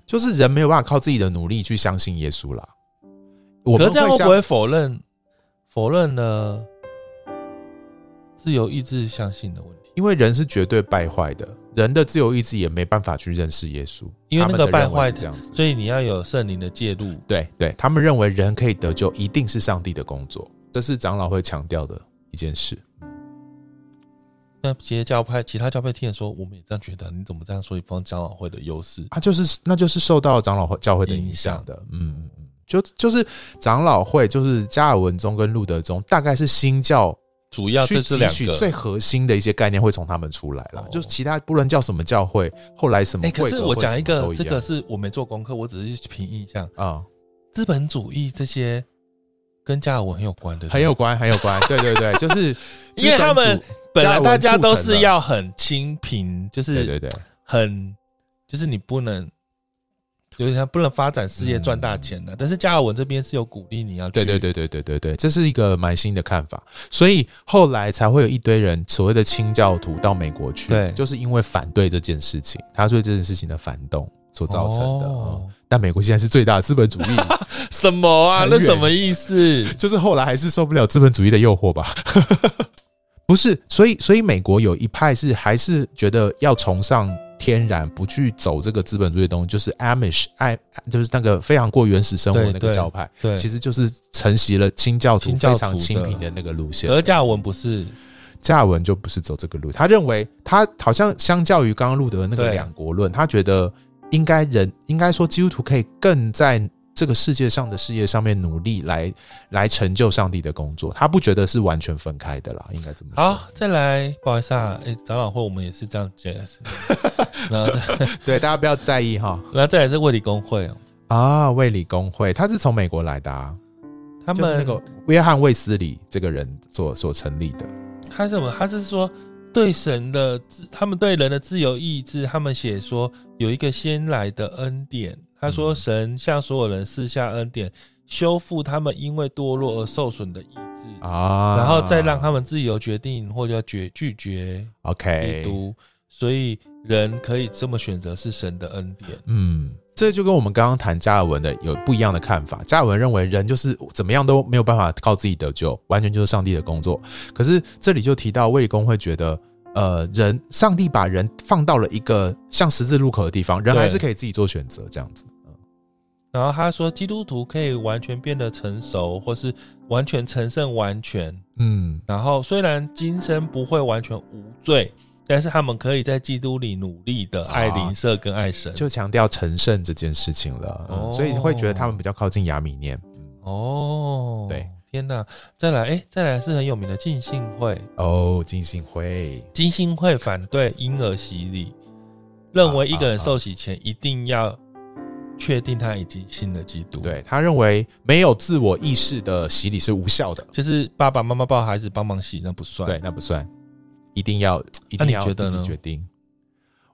Speaker 4: 就是人没有办法靠自己的努力去相信耶稣啦。我
Speaker 3: 可是
Speaker 4: 们
Speaker 3: 这样会
Speaker 4: 相
Speaker 3: 不会否认否认了自由意志相信的问题？
Speaker 4: 因为人是绝对败坏的，人的自由意志也没办法去认识耶稣，
Speaker 3: 因为那个
Speaker 4: 他们的认
Speaker 3: 败
Speaker 4: 为
Speaker 3: 坏
Speaker 4: 是这样子。
Speaker 3: 所以你要有圣灵的介入。
Speaker 4: 对对，他们认为人可以得救，一定是上帝的工作，这是长老会强调的一件事。
Speaker 3: 那些教派，其他教派听了说，我们也这样觉得，你怎么这样说？你方长老会的优势，
Speaker 4: 啊，就是那就是受到长老会教会的影响的，嗯嗯嗯，就就是长老会，就是加尔文宗跟路德宗，大概是新教
Speaker 3: 主要
Speaker 4: 去
Speaker 3: 这是
Speaker 4: 汲
Speaker 3: 两
Speaker 4: 取最
Speaker 3: 个。
Speaker 4: 核心的一些概念会从他们出来了，
Speaker 3: 哦
Speaker 4: 就是其他不论叫什么教会，后来什么
Speaker 3: 哎、
Speaker 4: 会
Speaker 3: 可
Speaker 4: 格会什
Speaker 3: 是
Speaker 4: 么都样、
Speaker 3: 我讲一个，这个是我没做功课，我只是凭印象。
Speaker 4: 啊、
Speaker 3: 资本主义这些跟加尔文很有关的，
Speaker 4: 很有关，很有关，对对对，就是
Speaker 3: 因为他们
Speaker 4: 资本主
Speaker 3: 本
Speaker 4: 加
Speaker 3: 来
Speaker 4: 尔文
Speaker 3: 大家
Speaker 4: 促成啊
Speaker 3: 都是
Speaker 4: 了
Speaker 3: 要很清贫，就
Speaker 4: 对
Speaker 3: 是
Speaker 4: 对对，
Speaker 3: 很，就是你不能。有点像不能发展事业赚大钱的、但是加尔文这边是有鼓励你要去，
Speaker 4: 嗯对对对对对对对，这是一个蛮新的看法，所以后来才会有一堆人所谓的清教徒到美国去，
Speaker 3: 对
Speaker 4: 就是因为反对这件事情，他对这件事情的反动所造成的。
Speaker 3: 哦
Speaker 4: 嗯但美国现在是最大的资本主义，
Speaker 3: 什么啊？
Speaker 4: 成
Speaker 3: 那
Speaker 4: 员
Speaker 3: 什么意思？
Speaker 4: 就是后来还是受不了资本主义的诱惑吧。 不是，所以所以美国有一派是还是觉得要崇尚天然，不去走这个资本主义的东西，就是 Amish 爱，就是那个非常过原始生活的那
Speaker 3: 对
Speaker 4: 个
Speaker 3: 对
Speaker 4: 教派，
Speaker 3: 对，
Speaker 4: 其实就是承袭了清教徒
Speaker 3: 清教
Speaker 4: 非
Speaker 3: 徒
Speaker 4: 常清
Speaker 3: 的
Speaker 4: 贫的那个路线
Speaker 3: 可。是加尔文不是，
Speaker 4: 加尔文就不是走这个路，他认为他好像相较于刚刚路德的那个
Speaker 3: 对
Speaker 4: 两国论，他觉得应该人应该说基督徒可以更在这个世界上的事业上面努力来来成就上帝的工作，他不觉得是完全分开的啦，应该这么说。
Speaker 3: 好，再来，不好意思啊，哎、长老会我们也是这样 解释，然后再，
Speaker 4: 对，大家不要在意哈。
Speaker 3: 然后再来是卫理公会哦，
Speaker 4: 啊，卫理公会，他是从美国来的、啊，
Speaker 3: 他
Speaker 4: 就是
Speaker 3: 们
Speaker 4: 那个约翰卫斯理这个人所所成立的。
Speaker 3: 他怎么他是说对神的自，他们对人的自由意志，他们写说有一个先来的恩典，他说
Speaker 4: 嗯
Speaker 3: 神向所有人赐下恩典，修复他们因为堕落而受损的意志。
Speaker 4: 啊，
Speaker 3: 然后再让他们自由决定或者要决拒绝
Speaker 4: OK
Speaker 3: 基督，所以人可以这么选择是神的恩典。
Speaker 4: 嗯，这就跟我们刚刚谈加尔文的有不一样的看法。加尔文认为人就是怎么样都没有办法靠自己得救，完全就是上帝的工作。可是这里就提到卫理公会觉得，呃，人上帝把人放到了一个像十字路口的地方，人还是可以自己做选择，这样子。
Speaker 3: 然后他说，基督徒可以完全变得成熟，或是完全成圣完全。
Speaker 4: 嗯，
Speaker 3: 然后虽然今生不会完全无罪，但是他们可以在基督里努力的爱邻舍跟爱神。
Speaker 4: 就强调成圣这件事情了，嗯
Speaker 3: 哦嗯
Speaker 4: 所以你会觉得他们比较靠近雅米念。
Speaker 3: 哦，
Speaker 4: 对，
Speaker 3: 天哪！再来，哎，再来是很有名的浸信会，
Speaker 4: 哦，金信会，
Speaker 3: 浸信会反对婴儿洗礼，认为一个人
Speaker 4: 啊啊啊
Speaker 3: 受洗前一定要确定他已经信了基督。。
Speaker 4: 对他认为没有自我意识的洗礼是无效的，
Speaker 3: 就是爸爸妈妈抱孩子帮忙洗，那不算。
Speaker 4: 对，，那不算，一定要一
Speaker 3: 那
Speaker 4: 定
Speaker 3: 你
Speaker 4: 要
Speaker 3: 觉得
Speaker 4: 自己
Speaker 3: 呢
Speaker 4: 决定。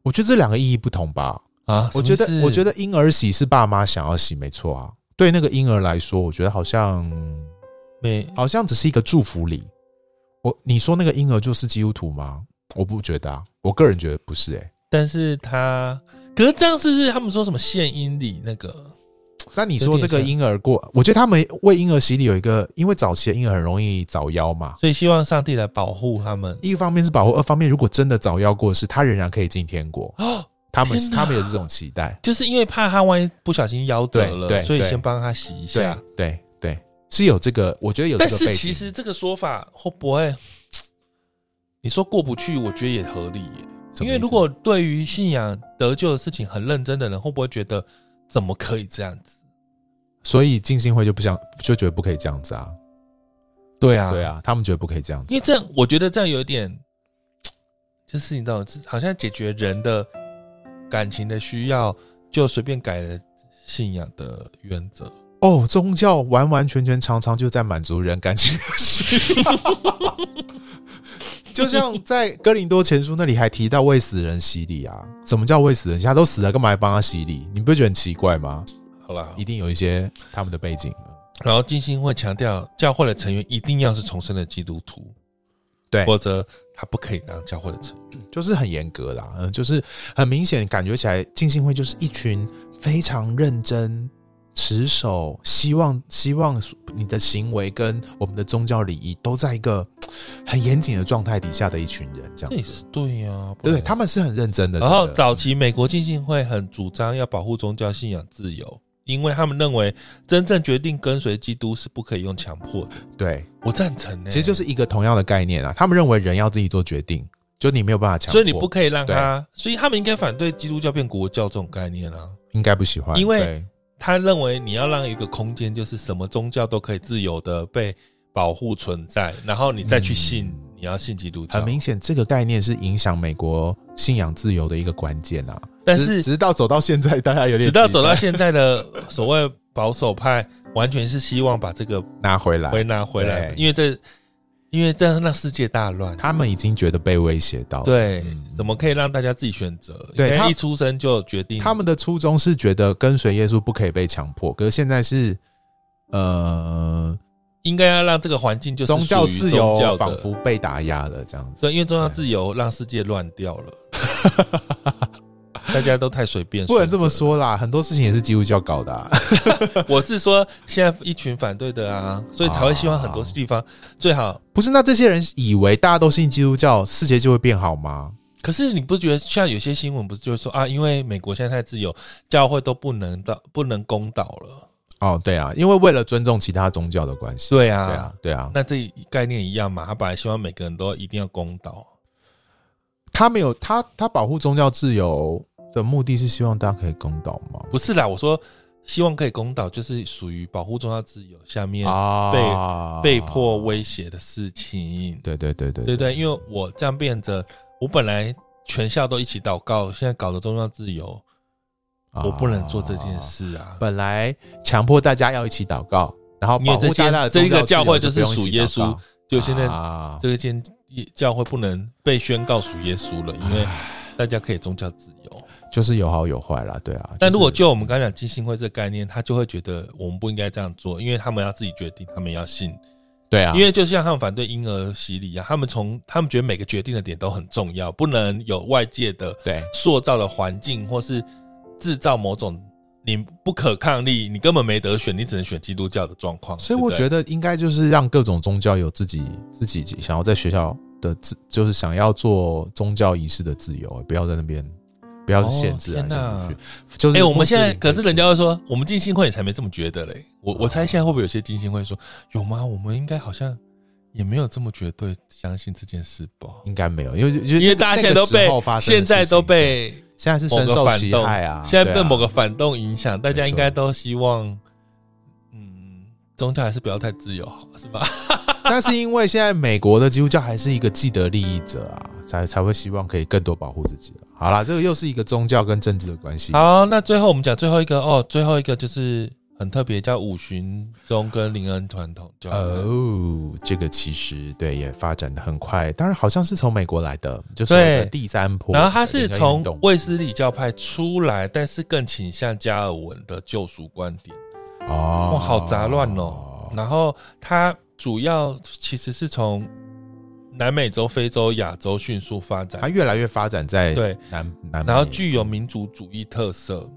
Speaker 4: 我觉得这两个意义不同吧。
Speaker 3: 啊，
Speaker 4: 我觉
Speaker 3: 什么意
Speaker 4: 得，
Speaker 3: 思
Speaker 4: 我觉，得婴儿洗是爸妈想要洗，没错啊。对那个婴儿来说，我觉得好像
Speaker 3: 没哦
Speaker 4: 好像只是一个祝福礼。我你说那个婴儿就是基督徒吗？我不觉得啊，我个人觉得不是哎、
Speaker 3: 但是他，可是这样是不是他们说什么献阴礼那个？
Speaker 4: 那你说这个婴儿过，我觉得他们为婴儿洗礼有一个，因为早期的婴儿很容易早夭嘛。
Speaker 3: 所以希望上帝来保护他们。
Speaker 4: 一方面是保护，二方面如果真的早夭过世，他仍然可以进天国。
Speaker 3: 哦，
Speaker 4: 他们
Speaker 3: 天哪
Speaker 4: 他们有这种期待，
Speaker 3: 就是因为怕他万一不小心夭折
Speaker 4: 对
Speaker 3: 了，
Speaker 4: 对
Speaker 3: 所以
Speaker 4: 对
Speaker 3: 先帮他洗一
Speaker 4: 对啊
Speaker 3: 下。
Speaker 4: 对对，是有这个，我觉得有这
Speaker 3: 啊但
Speaker 4: 个背景。
Speaker 3: 是其实这个说法会不会，你说过不去，我觉得也合理耶。
Speaker 4: 什么意思
Speaker 3: 因为如果对于信仰得救的事情很认真的人，会不会觉得怎么可以这样子？
Speaker 4: 所以进信会就不想就觉得不可以这样子啊，
Speaker 3: 对啊
Speaker 4: 对，啊，他们觉得不可以这样子
Speaker 3: 因为这样，我觉得这样有一点，就是你知道，好像解决人的感情的需要，就随便改了信仰的原则。
Speaker 4: 哦。宗教完完全全常常就在满足人感情的需要， 就像在哥林多前书那里还提到为死人洗礼啊，什么叫为死人洗礼？他都死了，干嘛还帮他洗礼？你不觉得很奇怪吗？
Speaker 3: 好啦
Speaker 4: 一，定有一些他们的背景。
Speaker 3: 然后金星会强调，教会的成员一定要是重生的基督徒，
Speaker 4: 对
Speaker 3: 或者他不可以当教会的成员。
Speaker 4: 就是很严格啦，嗯、就是很明显感觉起来，浸信会就是一群非常认真、持守，希望希望你的行为跟我们的宗教礼仪都在一个嘖很严谨的状态底下的一群人，
Speaker 3: 这
Speaker 4: 这样
Speaker 3: 也是对呀、不
Speaker 4: 啊对
Speaker 3: 然
Speaker 4: 他们是很认真的。
Speaker 3: 然后
Speaker 4: 真的
Speaker 3: 早期美国浸信会很主张要保护宗教信仰自由，因为他们认为真正决定跟随基督是不可以用强迫的。
Speaker 4: 对，
Speaker 3: 我赞成呢、
Speaker 4: 其实就是一个同样的概念啊，他们认为人要自己做决定，就你没有办法强迫，
Speaker 3: 所以你不可以让他，所以他们应该反对基督教变国教这种概念啊。
Speaker 4: 应该不喜欢，
Speaker 3: 因为
Speaker 4: 对
Speaker 3: 他认为你要让一个空间，就是什么宗教都可以自由的被保护存在，然后你再去信，
Speaker 4: 嗯
Speaker 3: 你要信基督教。
Speaker 4: 很明显这个概念是影响美国信仰自由的一个关键啊。
Speaker 3: 但
Speaker 4: 直
Speaker 3: 是
Speaker 4: 直到走到现在，大家有点
Speaker 3: 直到
Speaker 4: 期
Speaker 3: 走
Speaker 4: 待
Speaker 3: 到现在的所谓保守派，完全是希望把这个
Speaker 4: 拿回来，
Speaker 3: 归纳回来，
Speaker 4: 对
Speaker 3: 因为这因为这样让世界大乱。
Speaker 4: 他们已经觉得被威胁到。，
Speaker 3: 对
Speaker 4: 嗯，
Speaker 3: 怎么可以让大家自己选择？
Speaker 4: 对
Speaker 3: 应该
Speaker 4: 他
Speaker 3: 一出生就决定
Speaker 4: 他们的初衷是觉得跟随耶稣不可以被强迫，可是现在是呃，
Speaker 3: 应该要让这个环境就是
Speaker 4: 宗
Speaker 3: 属
Speaker 4: 教
Speaker 3: 于
Speaker 4: 自
Speaker 3: 宗教
Speaker 4: 由
Speaker 3: 的
Speaker 4: 仿佛被打压了这样子。
Speaker 3: 所以因为宗教
Speaker 4: 对
Speaker 3: 自由让世界乱掉 了，大家都太随便。
Speaker 4: 不能这么，说啦，很多事情也是基督教搞的、啊。
Speaker 3: 我是说现在一群反对的啊，所以才会希望很多地方最好。
Speaker 4: 不是，那这些人以为大家都信基督教，世界就会变好吗？
Speaker 3: 可是你不觉得像有些新闻不是就是说啊，因为美国现在太自由，教会都不能到不能公道了。
Speaker 4: 哦，对啊，因为为了尊重其他宗教的关系。
Speaker 3: 对啊，
Speaker 4: 对啊，对啊，
Speaker 3: 那这概念一样嘛，他本来希望每个人都一定要公道。
Speaker 4: 他没有他他保护宗教自由的目的是希望大家可以公道吗？
Speaker 3: 不是啦，我说希望可以公道，就是属于保护宗教自由下面
Speaker 4: 啊
Speaker 3: 被迫威胁的事情。
Speaker 4: 对对对对
Speaker 3: 对对，因为我这样变着，我本来全校都一起祷告，现在搞得宗教自由，我不能做这件。事啊。
Speaker 4: 哦本来强迫大家要一起祷告，然后
Speaker 3: 因为
Speaker 4: 保
Speaker 3: 这
Speaker 4: 护大
Speaker 3: 些
Speaker 4: 家的
Speaker 3: 这个教会
Speaker 4: 就
Speaker 3: 就是属耶稣，就现在
Speaker 4: 啊、
Speaker 3: 这个间教会不能被宣告属耶稣了，因为大家可以宗教自由。
Speaker 4: 就是有好有坏啦，对啊。
Speaker 3: 但如果
Speaker 4: 是
Speaker 3: 就我们刚才讲金信会这个概念，他就会觉得我们不应该这样做，因为他们要自己决定，他们要信。
Speaker 4: 对啊，
Speaker 3: 因为就像他们反对婴儿洗礼一样，他们从他们觉得每个决定的点都很重要，不能有外界的
Speaker 4: 对
Speaker 3: 塑造的环境或是制造某种你不可抗力，你根本没得选，你只能选基督教的状况。
Speaker 4: 所以我
Speaker 3: 对不对
Speaker 4: 觉得应该就是让各种宗教有自己自己想要在学校的自，就是想要做宗教仪式的自由，不要在那边不要限制
Speaker 3: 哦
Speaker 4: 啊来
Speaker 3: 天
Speaker 4: 限
Speaker 3: 哪
Speaker 4: 制去。就是
Speaker 3: 哎、我
Speaker 4: 或
Speaker 3: 们现在
Speaker 4: 你
Speaker 3: 可是
Speaker 4: 以
Speaker 3: 人家会说，我们进新会也才没这么觉得嘞。我我猜现在会不会有些进新会说，有吗？我们应该好像也没有这么绝对相信这件事吧？
Speaker 4: 应该没有，因为因
Speaker 3: 因为大家现在都被现在都被
Speaker 4: 现在是
Speaker 3: 某
Speaker 4: 深
Speaker 3: 个
Speaker 4: 受
Speaker 3: 反
Speaker 4: 其
Speaker 3: 动
Speaker 4: 害啊，
Speaker 3: 现在被
Speaker 4: 对啊
Speaker 3: 某个反动影响，大家
Speaker 4: 没错
Speaker 3: 应该都希望，嗯，宗教还是不要太自由，好是吧？
Speaker 4: 但是因为现在美国的基督教还是一个既得利益者啊，才才会希望可以更多保护自己了。好啦，这个又是一个宗教跟政治的关系。
Speaker 3: 好，那最后我们讲最后一个哦，最后一个就是很特别，叫五旬宗跟灵恩传统教会。
Speaker 4: 哦，这个其实对也发展的很快，当然好像是从美国来的，就是我的
Speaker 3: 对
Speaker 4: 第三波。
Speaker 3: 然后它是从
Speaker 4: 哦
Speaker 3: 卫斯理教派出来，但是更倾向加尔文的救赎观点。哇，
Speaker 4: 哇
Speaker 3: 好杂乱哦。然后它主要其实是从南美洲、非洲、亚洲迅速发
Speaker 4: 它
Speaker 3: 展，
Speaker 4: 越来越发展在
Speaker 3: 对，
Speaker 4: 南南美，
Speaker 3: 然后具有民族主义特色。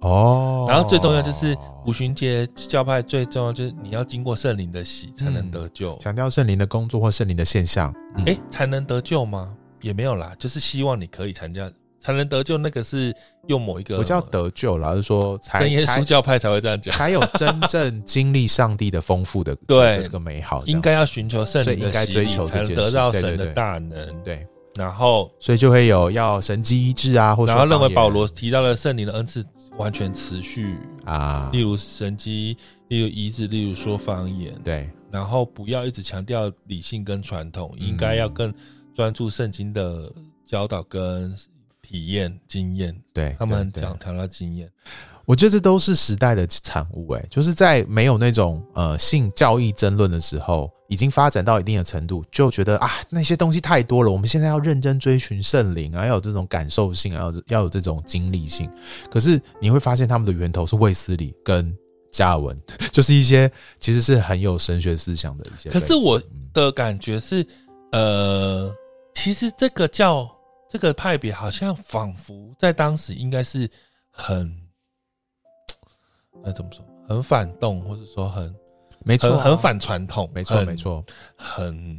Speaker 4: 哦，
Speaker 3: 然后最重要就是五旬节教派最重要就是你要经过圣灵的洗才能得救。
Speaker 4: 强调圣灵的工作或圣灵的现象。嗯
Speaker 3: 哎，才能得救吗？也没有啦，就是希望你可以参加，才能得救。那个是用某一个
Speaker 4: 不叫得救啦，而是说才
Speaker 3: 真耶
Speaker 4: 才
Speaker 3: 稣教派才会这样讲，
Speaker 4: 才有真正经历上帝的丰富的
Speaker 3: 对
Speaker 4: 的这个美好这样子，
Speaker 3: 应该要寻求圣
Speaker 4: 所以
Speaker 3: 灵
Speaker 4: 应
Speaker 3: 的
Speaker 4: 该
Speaker 3: 洗
Speaker 4: 追
Speaker 3: 礼，
Speaker 4: 求
Speaker 3: 才能
Speaker 4: 这件
Speaker 3: 得
Speaker 4: 事
Speaker 3: 到
Speaker 4: 对对
Speaker 3: 神的
Speaker 4: 对
Speaker 3: 大能。
Speaker 4: 对，
Speaker 3: 然后，
Speaker 4: 所以就会有要神机医治啊，或者
Speaker 3: 然
Speaker 4: 说
Speaker 3: 后认为
Speaker 4: 方言
Speaker 3: 保罗提到了圣灵的恩赐完全持续，
Speaker 4: 啊
Speaker 3: 例，如神机，例如医治，例如说方言。
Speaker 4: 对，
Speaker 3: 然后不要一直强调理性跟传统，
Speaker 4: 嗯
Speaker 3: 应该要更专注圣经的教导跟体验经验。
Speaker 4: 对，
Speaker 3: 他们很
Speaker 4: 对
Speaker 3: 讲，强调经验。
Speaker 4: 对我觉得这都是时代的产物、哎，就是在没有那种呃性教义争论的时候，已经发展到一定的程度，就觉得啊那些东西太多了，我们现在要认真追寻圣灵啊，要有这种感受性啊，要有要有这种经历性。可是你会发现他们的源头是卫斯理跟。加尔文 就是一些其实是很有神学思想的一些背景。
Speaker 3: 可是我
Speaker 4: 嗯
Speaker 3: 的感觉是，呃，其实这个教这个派别好像仿佛在当时应该是很，呃，怎么说，很反动，或者说很
Speaker 4: 没错
Speaker 3: 很
Speaker 4: 啊，
Speaker 3: 很反传统，
Speaker 4: 没错，
Speaker 3: 很
Speaker 4: 没，错，
Speaker 3: 很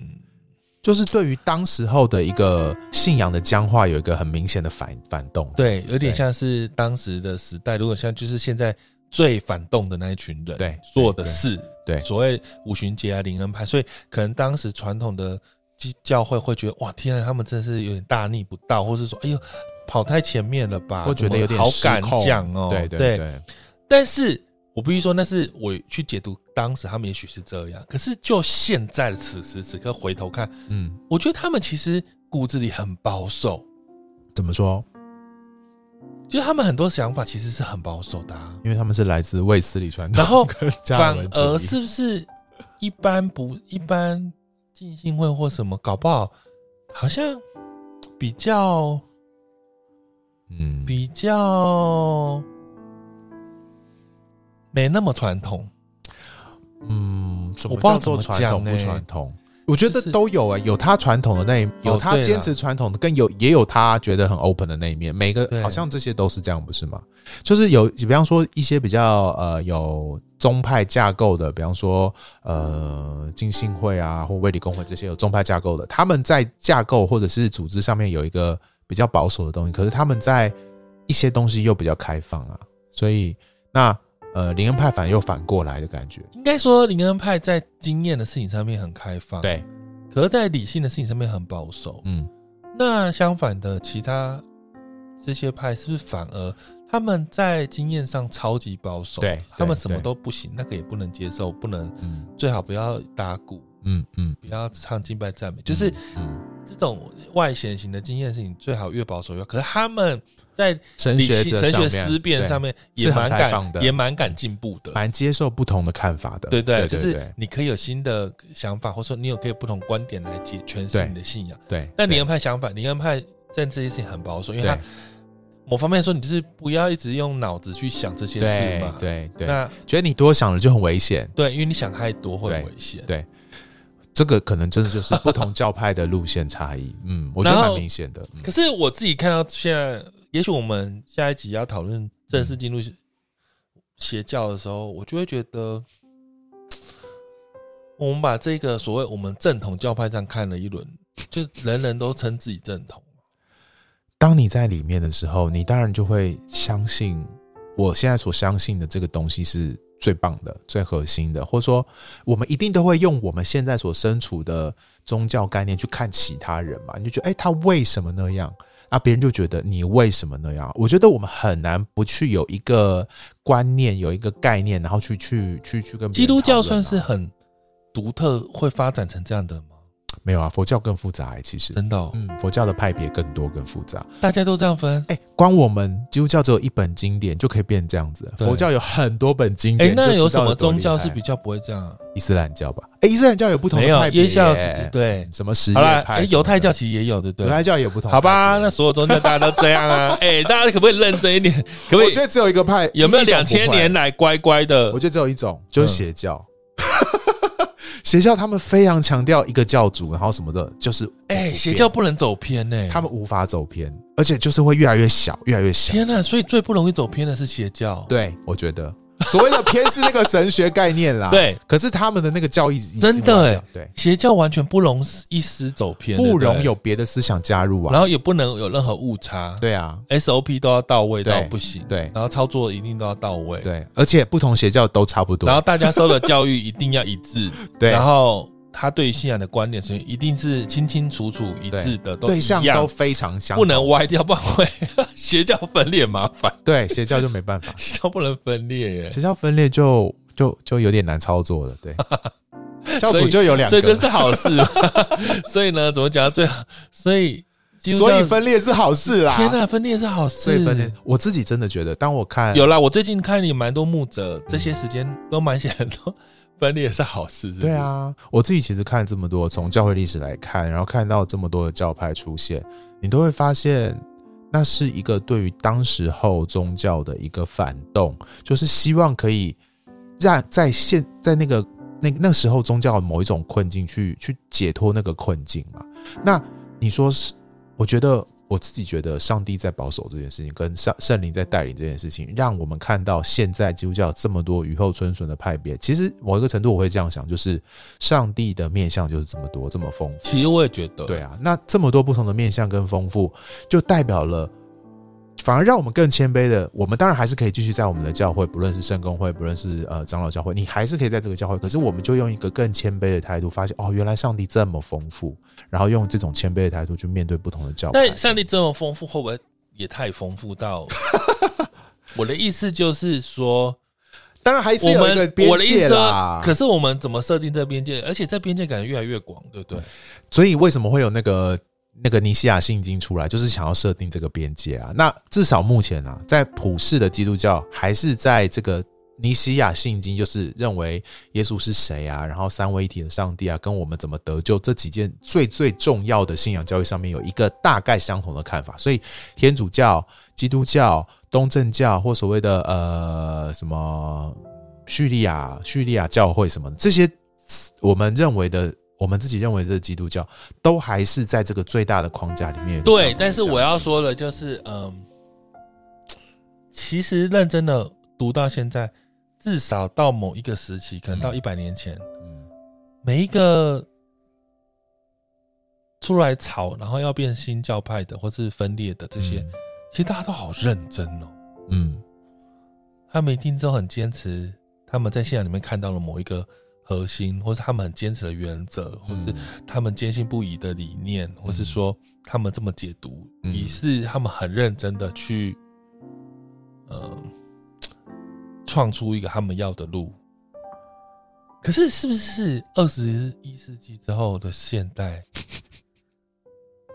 Speaker 4: 就是对于当时候的一个信仰的僵化，有一个很明显的反反动，
Speaker 3: 对，有点像是当时的时代，如果像就是现在最反动的那一群人
Speaker 4: 对
Speaker 3: 做的事，
Speaker 4: 对对
Speaker 3: 所谓五旬节啊、灵恩派，所以可能当时传统的基教会会觉得，哇，天啊，他们真是有点大逆不道，或是说，哎呦，跑太前面了吧，
Speaker 4: 我觉得
Speaker 3: 怎么
Speaker 4: 有点
Speaker 3: 好
Speaker 4: 失
Speaker 3: 敢
Speaker 4: 控
Speaker 3: 讲哦，
Speaker 4: 对对对，
Speaker 3: 但是我必须说，那是我去解读当时他们也许是这样，可是就现在的此时此刻回头看，
Speaker 4: 嗯，
Speaker 3: 我觉得他们其实骨子里很保守，
Speaker 4: 怎么说？
Speaker 3: 就是他们很多想法其实是很保守的、啊。
Speaker 4: 因为他们是来自卫斯理传统，
Speaker 3: 然后
Speaker 4: 加尔
Speaker 3: 反
Speaker 4: 文主义
Speaker 3: 而是不是一般不一般进信会或什么，搞不好好像比较
Speaker 4: 嗯，
Speaker 3: 比较没那么传统。
Speaker 4: 嗯，什
Speaker 3: 我
Speaker 4: 么
Speaker 3: 不知道
Speaker 4: 叫做
Speaker 3: 怎么
Speaker 4: 传统
Speaker 3: 讲
Speaker 4: 不
Speaker 3: 欸
Speaker 4: 传统？哦我觉得
Speaker 3: 就是
Speaker 4: 都有哎、有他传统的那一，有他
Speaker 3: 对啦
Speaker 4: 坚持传统的，更有也有他觉得很 open 的那一面。每个
Speaker 3: 对
Speaker 4: 好像这些都是这样，不是吗？就是有，比方说一些比较呃有宗派架构的，比方说呃浸信会啊或卫理公会这些有宗派架构的，他们在架构或者是组织上面有一个比较保守的东西，可是他们在一些东西又比较开放啊，所以那呃灵恩派反而又反过来的感觉，
Speaker 3: 应该说，林恩派在经验的事情上面很开放，；
Speaker 4: 对，
Speaker 3: 可是在理性的事情上面很保守。
Speaker 4: 嗯。
Speaker 3: 那相反的，其他这些派是不是反而他们在经验上超级保守？
Speaker 4: 对
Speaker 3: 他们
Speaker 4: 对
Speaker 3: 什么
Speaker 4: 对
Speaker 3: 都不行，那个也不能接受，不能
Speaker 4: 嗯
Speaker 3: 最好不要打鼓，
Speaker 4: 嗯嗯，
Speaker 3: 不要唱敬拜赞美，就是
Speaker 4: 嗯
Speaker 3: 这种外显型的经验事情，最好越保守越好。可是他们在
Speaker 4: 神
Speaker 3: 理
Speaker 4: 学
Speaker 3: 性
Speaker 4: 的
Speaker 3: 神学
Speaker 4: 上面
Speaker 3: 思辨上，面
Speaker 4: 是
Speaker 3: 也
Speaker 4: 很
Speaker 3: 蛮
Speaker 4: 开放
Speaker 3: 敢
Speaker 4: 的
Speaker 3: 也蛮敢进步的
Speaker 4: 对，蛮接受不同的看法的，
Speaker 3: 对
Speaker 4: 对
Speaker 3: 对，就
Speaker 4: 对
Speaker 3: 是你可以有新的想法，或者说你有可以不同观点来解诠释
Speaker 4: 对
Speaker 3: 你的信仰。
Speaker 4: 对。
Speaker 3: 但灵
Speaker 4: 对
Speaker 3: 恩派相反，灵恩派在这些事情很保守，因为他
Speaker 4: 对
Speaker 3: 某方面说，你就是不要一直用脑子去想这些事
Speaker 4: 对
Speaker 3: 嘛。
Speaker 4: 对对，
Speaker 3: 那
Speaker 4: 觉得你多想了就很危险，
Speaker 3: 对，因为你想太多会
Speaker 4: 对
Speaker 3: 危险。
Speaker 4: 这个可能真的就是不同教派的路线差异。嗯，我觉得
Speaker 3: 然
Speaker 4: 蛮
Speaker 3: 后
Speaker 4: 明显的。嗯
Speaker 3: 可是我自己看到现在，也许我们下一集要讨论正式进入邪教的时候，我就会觉得，我们把这个所谓我们正统教派这样看了一轮，就人人都称自己正统，
Speaker 4: 当你在里面的时候，你当然就会相信我现在所相信的这个东西是最棒的、最核心的，或者说我们一定都会用我们现在所身处的宗教概念去看其他人嘛，你就觉得哎、诶他为什么那样？啊，别人就觉得你为什么那样？我觉得我们很难不去有一个观念、有一个概念，然后去去去去跟别人
Speaker 3: 基督教
Speaker 4: 讨
Speaker 3: 算
Speaker 4: 论啊
Speaker 3: 是很独特，会发展成这样的吗？
Speaker 4: 没有啊，佛教更复杂、欸，其实，
Speaker 3: 真的哦、
Speaker 4: 嗯，佛教的派别更多、更复杂。
Speaker 3: 大家都这样分。
Speaker 4: 哎、光我们基督教只有一本经典就可以变这样子，
Speaker 3: 对
Speaker 4: 佛教有很多本经
Speaker 3: 哎、
Speaker 4: 典。
Speaker 3: 那
Speaker 4: 就
Speaker 3: 有
Speaker 4: 知
Speaker 3: 什
Speaker 4: 道
Speaker 3: 么
Speaker 4: 多
Speaker 3: 宗教
Speaker 4: 厉害
Speaker 3: 是比较不会这样、啊？
Speaker 4: 伊斯兰教吧？哎、伊斯兰教有不同的
Speaker 3: 没有
Speaker 4: 派，别
Speaker 3: 耶
Speaker 4: 耶，
Speaker 3: 教子对，
Speaker 4: 什么什
Speaker 3: 好
Speaker 4: 叶
Speaker 3: 啦，
Speaker 4: 派
Speaker 3: 哎
Speaker 4: 什么的、
Speaker 3: 犹太教其实也有，对不
Speaker 4: 犹
Speaker 3: 对？
Speaker 4: 太教也有不同。
Speaker 3: 好吧，那。所有宗教大家都这样 啊！哎、大家可不可以认真一点？可不可
Speaker 4: 我
Speaker 3: 以
Speaker 4: 觉？得只有一个派，
Speaker 3: 有没有
Speaker 4: 一种
Speaker 3: 两
Speaker 4: 不会
Speaker 3: 千年？来乖乖的
Speaker 4: 我？觉得只有一种，就是邪教。
Speaker 3: 嗯
Speaker 4: 邪教他们非常强调一个教主，然后什么的，就是
Speaker 3: 哎、
Speaker 4: 不
Speaker 3: 邪
Speaker 4: 变
Speaker 3: 教不能走偏呢、
Speaker 4: 他们无法走偏，而且就是会越来越小，越来越小。
Speaker 3: 天呐、啊所以最不容易走偏的是邪教。，
Speaker 4: 对，我觉得所谓的偏是那个神学概念啦。
Speaker 3: 对，
Speaker 4: 可是他们的那个教义
Speaker 3: 真的
Speaker 4: 哎、
Speaker 3: 欸
Speaker 4: 对，
Speaker 3: 邪教完全不容一丝走偏，
Speaker 4: 不容
Speaker 3: 对
Speaker 4: 有别的思想加入
Speaker 3: 不对，
Speaker 4: 啊
Speaker 3: 然。后也不能有任何误差。
Speaker 4: 对啊，
Speaker 3: SOP 都要到位到
Speaker 4: 对
Speaker 3: 不行，
Speaker 4: 对
Speaker 3: 然后操作一定都要到位，
Speaker 4: 对，而且不同邪教都差不多
Speaker 3: 然。后大家受的教育一定要一致，
Speaker 4: 对，
Speaker 3: 然后他对于信仰的观点是一定是清清楚楚一致的，都
Speaker 4: 对
Speaker 3: 一
Speaker 4: 象都
Speaker 3: 样，
Speaker 4: 非常相
Speaker 3: 不
Speaker 4: 同，
Speaker 3: 能歪掉，不然会 邪教分裂麻烦，，
Speaker 4: 对邪教就没办法
Speaker 3: 邪教不能分裂耶。
Speaker 4: 邪教分裂就就就有点难操作了。 对，教主就有两
Speaker 3: 所以这
Speaker 4: 个，
Speaker 3: 是好事 嘛。所以呢，怎么讲最好？所以基督
Speaker 4: 所以
Speaker 3: 教
Speaker 4: 分裂是好事啦。
Speaker 3: 天啊呐，分裂是好事。
Speaker 4: 所以分裂，我自己真的觉得，当我看
Speaker 3: 有啦，我最近看你蛮多牧者，这些时间都蛮写很多 分裂是好事。是不是
Speaker 4: 对，啊，我自己其实看这么多，从教会历史来看，然后看到这么多的教派出现，你都会发现，那是一个对于当时候宗教的一个反动，就是希望可以让在现在那个那那时候宗教的某一种困境去去解脱那个困境嘛。那你说是？我觉得我自己觉得，上帝在保守这件事情，跟上圣灵在带领这件事情，让我们看到现在基督教这么多雨后春笋的派别。其实某一个程度，我会这样想，就是上帝的面相就是这么多，这么丰富。
Speaker 3: 其实我也觉得，
Speaker 4: 对啊，那这么多不同的面相跟丰富，就代表了，反而让我们更谦卑的。我们当然还是可以继续在我们的教会，不论是圣公会，不论是呃长老教会，你还是可以在这个教会。可是我们就用一个更谦卑的态度，发现哦，原来上帝这么丰富，然后用这种谦卑的态度去面对不同的教派
Speaker 3: 但。上帝这么丰富，会不会也太丰富 到？我的意思就是说，
Speaker 4: 当然还是
Speaker 3: 我
Speaker 4: 有一个
Speaker 3: 们我
Speaker 4: 边
Speaker 3: 的意
Speaker 4: 界
Speaker 3: 思
Speaker 4: 啦
Speaker 3: 说，。可是我们怎么设定这边界？而且这边界感觉越来越广，对不对？
Speaker 4: 嗯所以为什么会有那个那个尼西亚信经出来，就是想要设定这个边界啊？那至少目前啊，在普世的基督教还是在这个尼西亚信经，就是认为耶稣是谁啊，然后三位一体的上帝啊，跟我们怎么得救这几件最最重要的信仰教育上面有一个大概相同的看法，所以天主教、基督教、东正教或所谓的呃什么叙利亚叙利亚教会什么的这些，我们认为的。我们自己认为的基督教，都还是在这个最大的框架里面有一个相同
Speaker 3: 对，
Speaker 4: 的
Speaker 3: 但是我要
Speaker 4: 相信
Speaker 3: 说的就是，嗯，其实认真的读到现在，至少到某一个时期，可能到
Speaker 4: 嗯
Speaker 3: 一百年前，
Speaker 4: 嗯
Speaker 3: 每一个出来吵，然后要变新教派的或是分裂的这些，其实大家都好认真哦。
Speaker 4: 嗯，
Speaker 3: 他们一定都很坚持他们在信仰里面看到了某一个核心，或是他们很坚持的原则，或
Speaker 4: 嗯
Speaker 3: 是他们坚信不疑的理念，或是说他们这么解读，
Speaker 4: 嗯
Speaker 3: 以是他们很认真的去，呃，创出一个他们要的路。可是，是不是二十一世纪之后的现代？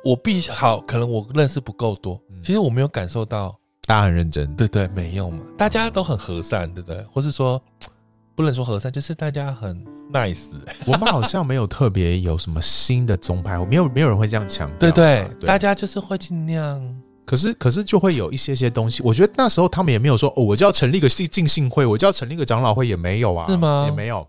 Speaker 3: 我必须好，可能我认识不够多
Speaker 4: 嗯，
Speaker 3: 其实我没有感受到
Speaker 4: 大家很认真，
Speaker 3: 对对，没用嘛，大家都很和善，对不对？或是说，不能说和善，就是大家很 nice，
Speaker 4: 我们好像没有特别有什么新的宗派，没有没有人会这样强调嘛，
Speaker 3: 对啊对，大家
Speaker 4: 家
Speaker 3: 就是会尽量，
Speaker 4: 可是可是就会有一些些东西，我觉得那时候他们也没有说哦，我就要成立一个信进信会，我就要成立一个长老会，也没有啊，
Speaker 3: 是吗
Speaker 4: 也没有，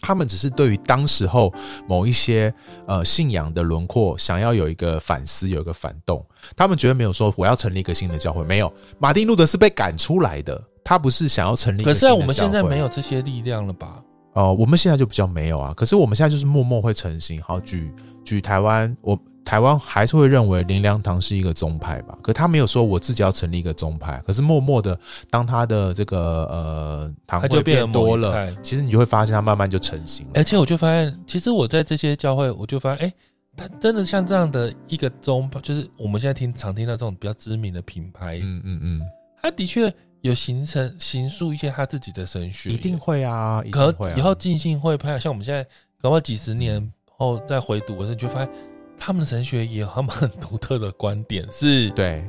Speaker 4: 他们只是对于当时候某一些呃信仰的轮廓，想要有一个反思，有一个反动。他们绝对没有说我要成立一个新的教会，没有。马丁路德是被赶出来的，他不是想要成立一
Speaker 3: 可
Speaker 4: 个
Speaker 3: 是
Speaker 4: 新
Speaker 3: 啊
Speaker 4: 的教会。
Speaker 3: 我们现在没有这些力量了吧？
Speaker 4: 哦、我们现在就比较没有啊。可是我们现在就是默默会成型。好，举举台湾，我台湾还是会认为林良堂是一个宗派吧。可他没有说我自己要成立一个宗派，可是默默的，当他的这个呃堂
Speaker 3: 它就
Speaker 4: 会
Speaker 3: 变得
Speaker 4: 变多
Speaker 3: 某一
Speaker 4: 了
Speaker 3: 派，哎
Speaker 4: 其实你就会发现它慢慢就成型了。
Speaker 3: 而且我就发现，其实我在这些教会，我就发现，哎、它真的像这样的一个宗，就是我们现在听常听到这种比较知名的品牌，
Speaker 4: 嗯嗯嗯，
Speaker 3: 它的确有形成形塑一些它自己的神学，
Speaker 4: 一定。会啊，一定
Speaker 3: 可
Speaker 4: 会、啊。
Speaker 3: 以后进信会派，像我们现在搞不好几十年后再回读的时候，你就发现他们的神学也有他们 很独特的观点，是
Speaker 4: 对，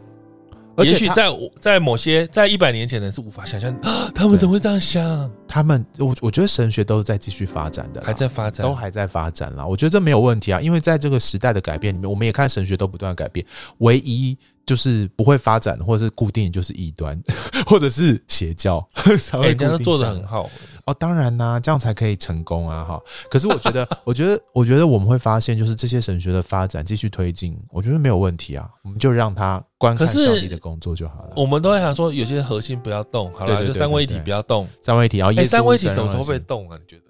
Speaker 4: 而
Speaker 3: 也
Speaker 4: 且
Speaker 3: 许
Speaker 4: 他
Speaker 3: 在我在某些在一百年前的人是无法想象， 啊他们
Speaker 4: 对
Speaker 3: 怎么会这样想？
Speaker 4: 他们，我我觉得神学都是在继续发展的啦，
Speaker 3: 还在发展
Speaker 4: 都，还在发展啦。我觉得这没有问题啊，因为在这个时代的改变里面，我们也看神学都不断改变，唯一就是不会发展或者是固定就是异端， 或者是邪教， 才
Speaker 3: 哎
Speaker 4: 会
Speaker 3: 人家都
Speaker 4: 固定
Speaker 3: 做的
Speaker 4: 下来
Speaker 3: 很好，
Speaker 4: 哦，当然啦、这样才可以成功啊哈。可是我觉得， 我觉得，我觉得我们会发现，就是这些神学的发展继续推进，我觉得没有问题啊，我们就让他观看
Speaker 3: 可是
Speaker 4: 上帝的工作就好了。
Speaker 3: 我们都会想说，有些核心不要动，好
Speaker 4: 对
Speaker 3: 了，
Speaker 4: 对
Speaker 3: 就
Speaker 4: 对
Speaker 3: 三位一体
Speaker 4: 对
Speaker 3: 不要动。
Speaker 4: 三位一体，然后耶
Speaker 3: 哎，
Speaker 4: 稣
Speaker 3: 三位一体
Speaker 4: 真
Speaker 3: 什么时候
Speaker 4: 而
Speaker 3: 被
Speaker 4: 行
Speaker 3: 动啊？你觉得？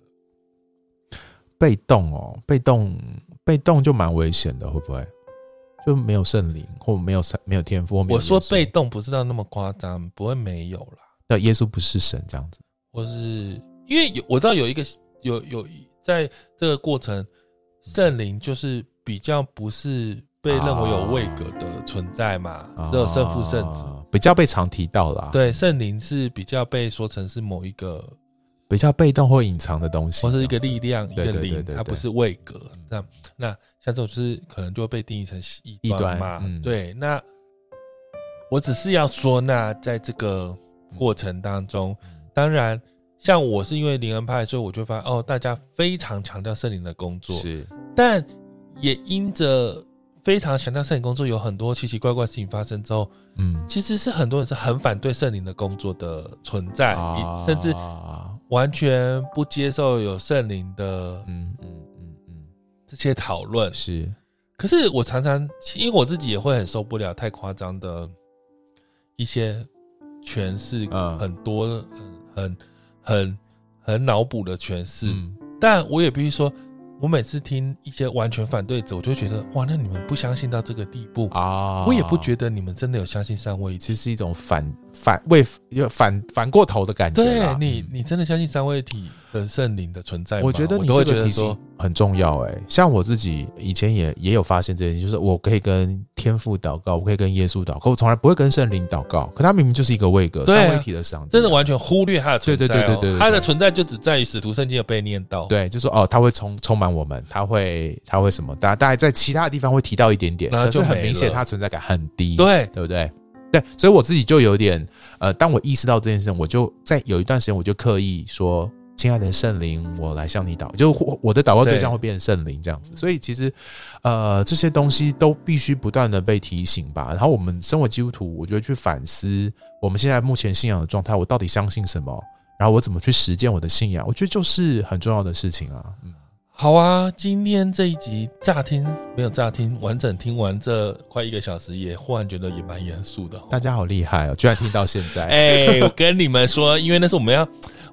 Speaker 4: 被动哦，被动被动就蛮危险的，会不会？就没有圣灵，或没有圣没有天赋，或没有
Speaker 3: 我说
Speaker 4: 耶稣
Speaker 3: 被动不是到那么夸张，不会没有啦，
Speaker 4: 对耶稣不是神这样子，
Speaker 3: 或是因为有我知道有一个有有在这个过程，圣灵就是比较不是被认为有位格的存在嘛，只有圣父圣子。
Speaker 4: 啊比较被常提到啦，，
Speaker 3: 对，圣灵是比较被说成是某一个
Speaker 4: 比较被动或隐藏的东西，
Speaker 3: 或是一个力量，一
Speaker 4: 对
Speaker 3: 个
Speaker 4: 对对
Speaker 3: 灵，
Speaker 4: 对
Speaker 3: 它
Speaker 4: 对
Speaker 3: 不是位格。那那像这种就是可能就会被定义成是异
Speaker 4: 异
Speaker 3: 端
Speaker 4: 端
Speaker 3: 嘛。
Speaker 4: 嗯
Speaker 3: 对，那我只是要说，那在这个
Speaker 4: 嗯
Speaker 3: 过程当中，当然像我是因为灵恩派，所以我就发现哦，大家非常强调圣灵的工作，
Speaker 4: 是
Speaker 3: 但也因着非常强调圣灵工作，有很多奇奇怪怪的事情发生之后，
Speaker 4: 嗯，
Speaker 3: 其实是很多人是很反对圣灵的工作的存在，
Speaker 4: 啊
Speaker 3: 哎以甚至
Speaker 4: 嗯
Speaker 3: 完全不接受有圣灵的
Speaker 4: 嗯嗯嗯
Speaker 3: 这些讨论
Speaker 4: 嗯，。是
Speaker 3: 可是我常常，因为我自己也会很受不了太夸张的一些诠释，
Speaker 4: 嗯
Speaker 3: 很多很很很很脑补的诠释。
Speaker 4: 嗯
Speaker 3: 但我也必须说，我每次听一些完全反对者，我就觉得哇，那你们不相信到这个地步，
Speaker 4: 啊，
Speaker 3: 我也不觉得你们真的有相信三位一体。
Speaker 4: 其实是一种反反为有反反过头的感觉啦，
Speaker 3: 对啊你
Speaker 4: 嗯，
Speaker 3: 你真的相信三位一体的圣灵的存在吗？
Speaker 4: 我觉得你
Speaker 3: 都会
Speaker 4: 这
Speaker 3: 觉
Speaker 4: 个
Speaker 3: 得
Speaker 4: 提
Speaker 3: 说
Speaker 4: 醒，很重要哎、像我自己以前也也有发现这件事，就是我可以跟天父祷告，我可以跟耶稣祷告，我从来不会跟圣灵祷告。可他明明就是一个位格、
Speaker 3: 对啊
Speaker 4: 三位一体的上帝啊，
Speaker 3: 真的完全忽略它的存在、哦。
Speaker 4: 对对对对对对
Speaker 3: 它的存在就只在于使徒圣经有被念到。
Speaker 4: 对，就说哦，他会充充满我们，他会他会什么？大大概在其他的地方会提到一点点，
Speaker 3: 然后
Speaker 4: 可
Speaker 3: 就是
Speaker 4: 很
Speaker 3: 没
Speaker 4: 明显，
Speaker 3: 了
Speaker 4: 他存在感很低，
Speaker 3: 对
Speaker 4: 对不对？对，所以我自己就有点呃，当我意识到这件事情，我就在有一段时间，我就刻意说：“亲爱的圣灵，我来向你祷。”就我我的祷告对象
Speaker 3: 对
Speaker 4: 会变成圣灵这样子。所以其实呃，这些东西都必须不断的被提醒吧。然后我们身为基督徒，我就会去反思我们现在目前信仰的状态，我到底相信什么，然后我怎么去实践我的信仰。我觉得就是很重要的事情啊。嗯，
Speaker 3: 好啊，今天这一集乍听没有乍听，完整听完这快一个小时，也忽然觉得也蛮严肃的、哦。
Speaker 4: 大家好厉害哦，居然听到现在。
Speaker 3: 哎、我跟你们说，因为那是我们要，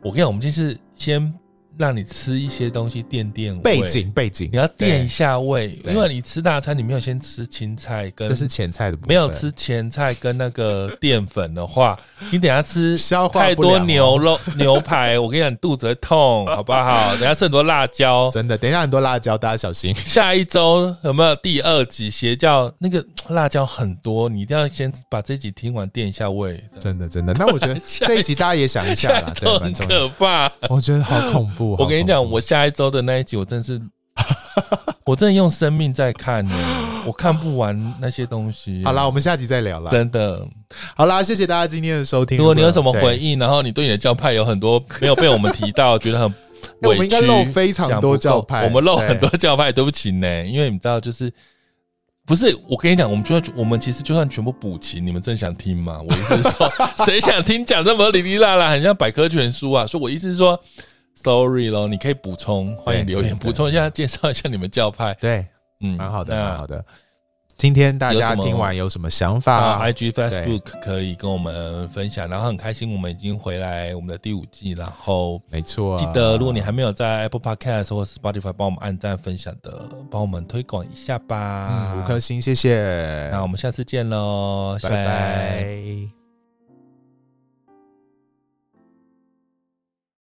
Speaker 3: 我跟你讲，我们就是先让你吃一些东西垫垫味
Speaker 4: 背，景背景
Speaker 3: 你，要垫一下味，
Speaker 4: 对
Speaker 3: 因为你吃大餐，你没有先吃青菜跟
Speaker 4: 这是前菜的部分，
Speaker 3: 没有吃前菜跟那个淀粉的话， 你等下吃
Speaker 4: 消化
Speaker 3: 太
Speaker 4: 不良
Speaker 3: 多
Speaker 4: 哦
Speaker 3: 牛肉 牛排，我跟你讲，你肚子会痛，好不好？等下吃很多辣椒。
Speaker 4: 真的，等一下很多辣椒，大家 小心。
Speaker 3: 下一周有没有第二集邪教？那个辣椒很多，你一定要先把这集听完垫一下胃。
Speaker 4: 真的真的，那 我觉得
Speaker 3: 下一
Speaker 4: 这一集大家也想一下
Speaker 3: 下
Speaker 4: 啦
Speaker 3: 一，周
Speaker 4: 对，
Speaker 3: 很
Speaker 4: 蛮重要的。
Speaker 3: 可怕。
Speaker 4: 我觉得好恐怖。
Speaker 3: 我跟你
Speaker 4: 好
Speaker 3: 讲，
Speaker 4: 恐怖
Speaker 3: 我下一周的那一集，我真是，我真的用生命在看呢、我看不完那些东 西。
Speaker 4: 好啦，我们下集再聊啦。
Speaker 3: 真的。
Speaker 4: 好啦，谢谢大家今天的收听。
Speaker 3: 如果你有什么回
Speaker 4: 忆，
Speaker 3: 应，然后你对你的教派有很 多没有被我们提到，觉得很
Speaker 4: 哎我
Speaker 3: 委
Speaker 4: 们
Speaker 3: 屈，
Speaker 4: 应该漏非常多教派
Speaker 3: 讲不够我们漏很
Speaker 4: 对
Speaker 3: 多教派，对不起呢，因为你知道，就是不是我跟你讲，我们就算我们其实就算全部补齐，你们真的想听吗？我意思是说，谁想听讲这么哩哩啦啦，很像百科全书啊？所以我意思是说， sorry 咯，你可以补充，欢迎
Speaker 4: 对
Speaker 3: 留言
Speaker 4: 对
Speaker 3: 补充一下，介绍一下你们教派。
Speaker 4: 对，
Speaker 3: 嗯，
Speaker 4: 蛮好的，
Speaker 3: 那
Speaker 4: 蛮好的。今天大
Speaker 3: 有
Speaker 4: 家
Speaker 3: 什么
Speaker 4: 听完有什么想法
Speaker 3: 啊
Speaker 4: 啊？
Speaker 3: ，IG、Facebook 可以跟我们分享，然后很开心我们已经回来我们的第五季，然后
Speaker 4: 没错啊，
Speaker 3: 记得如果你还没有在 Apple Podcast 或 Spotify 帮我们按赞分享的，帮我们推广一下吧。
Speaker 4: 嗯嗯五颗星，谢谢，
Speaker 3: 那我们下次见喽，下
Speaker 4: 拜拜。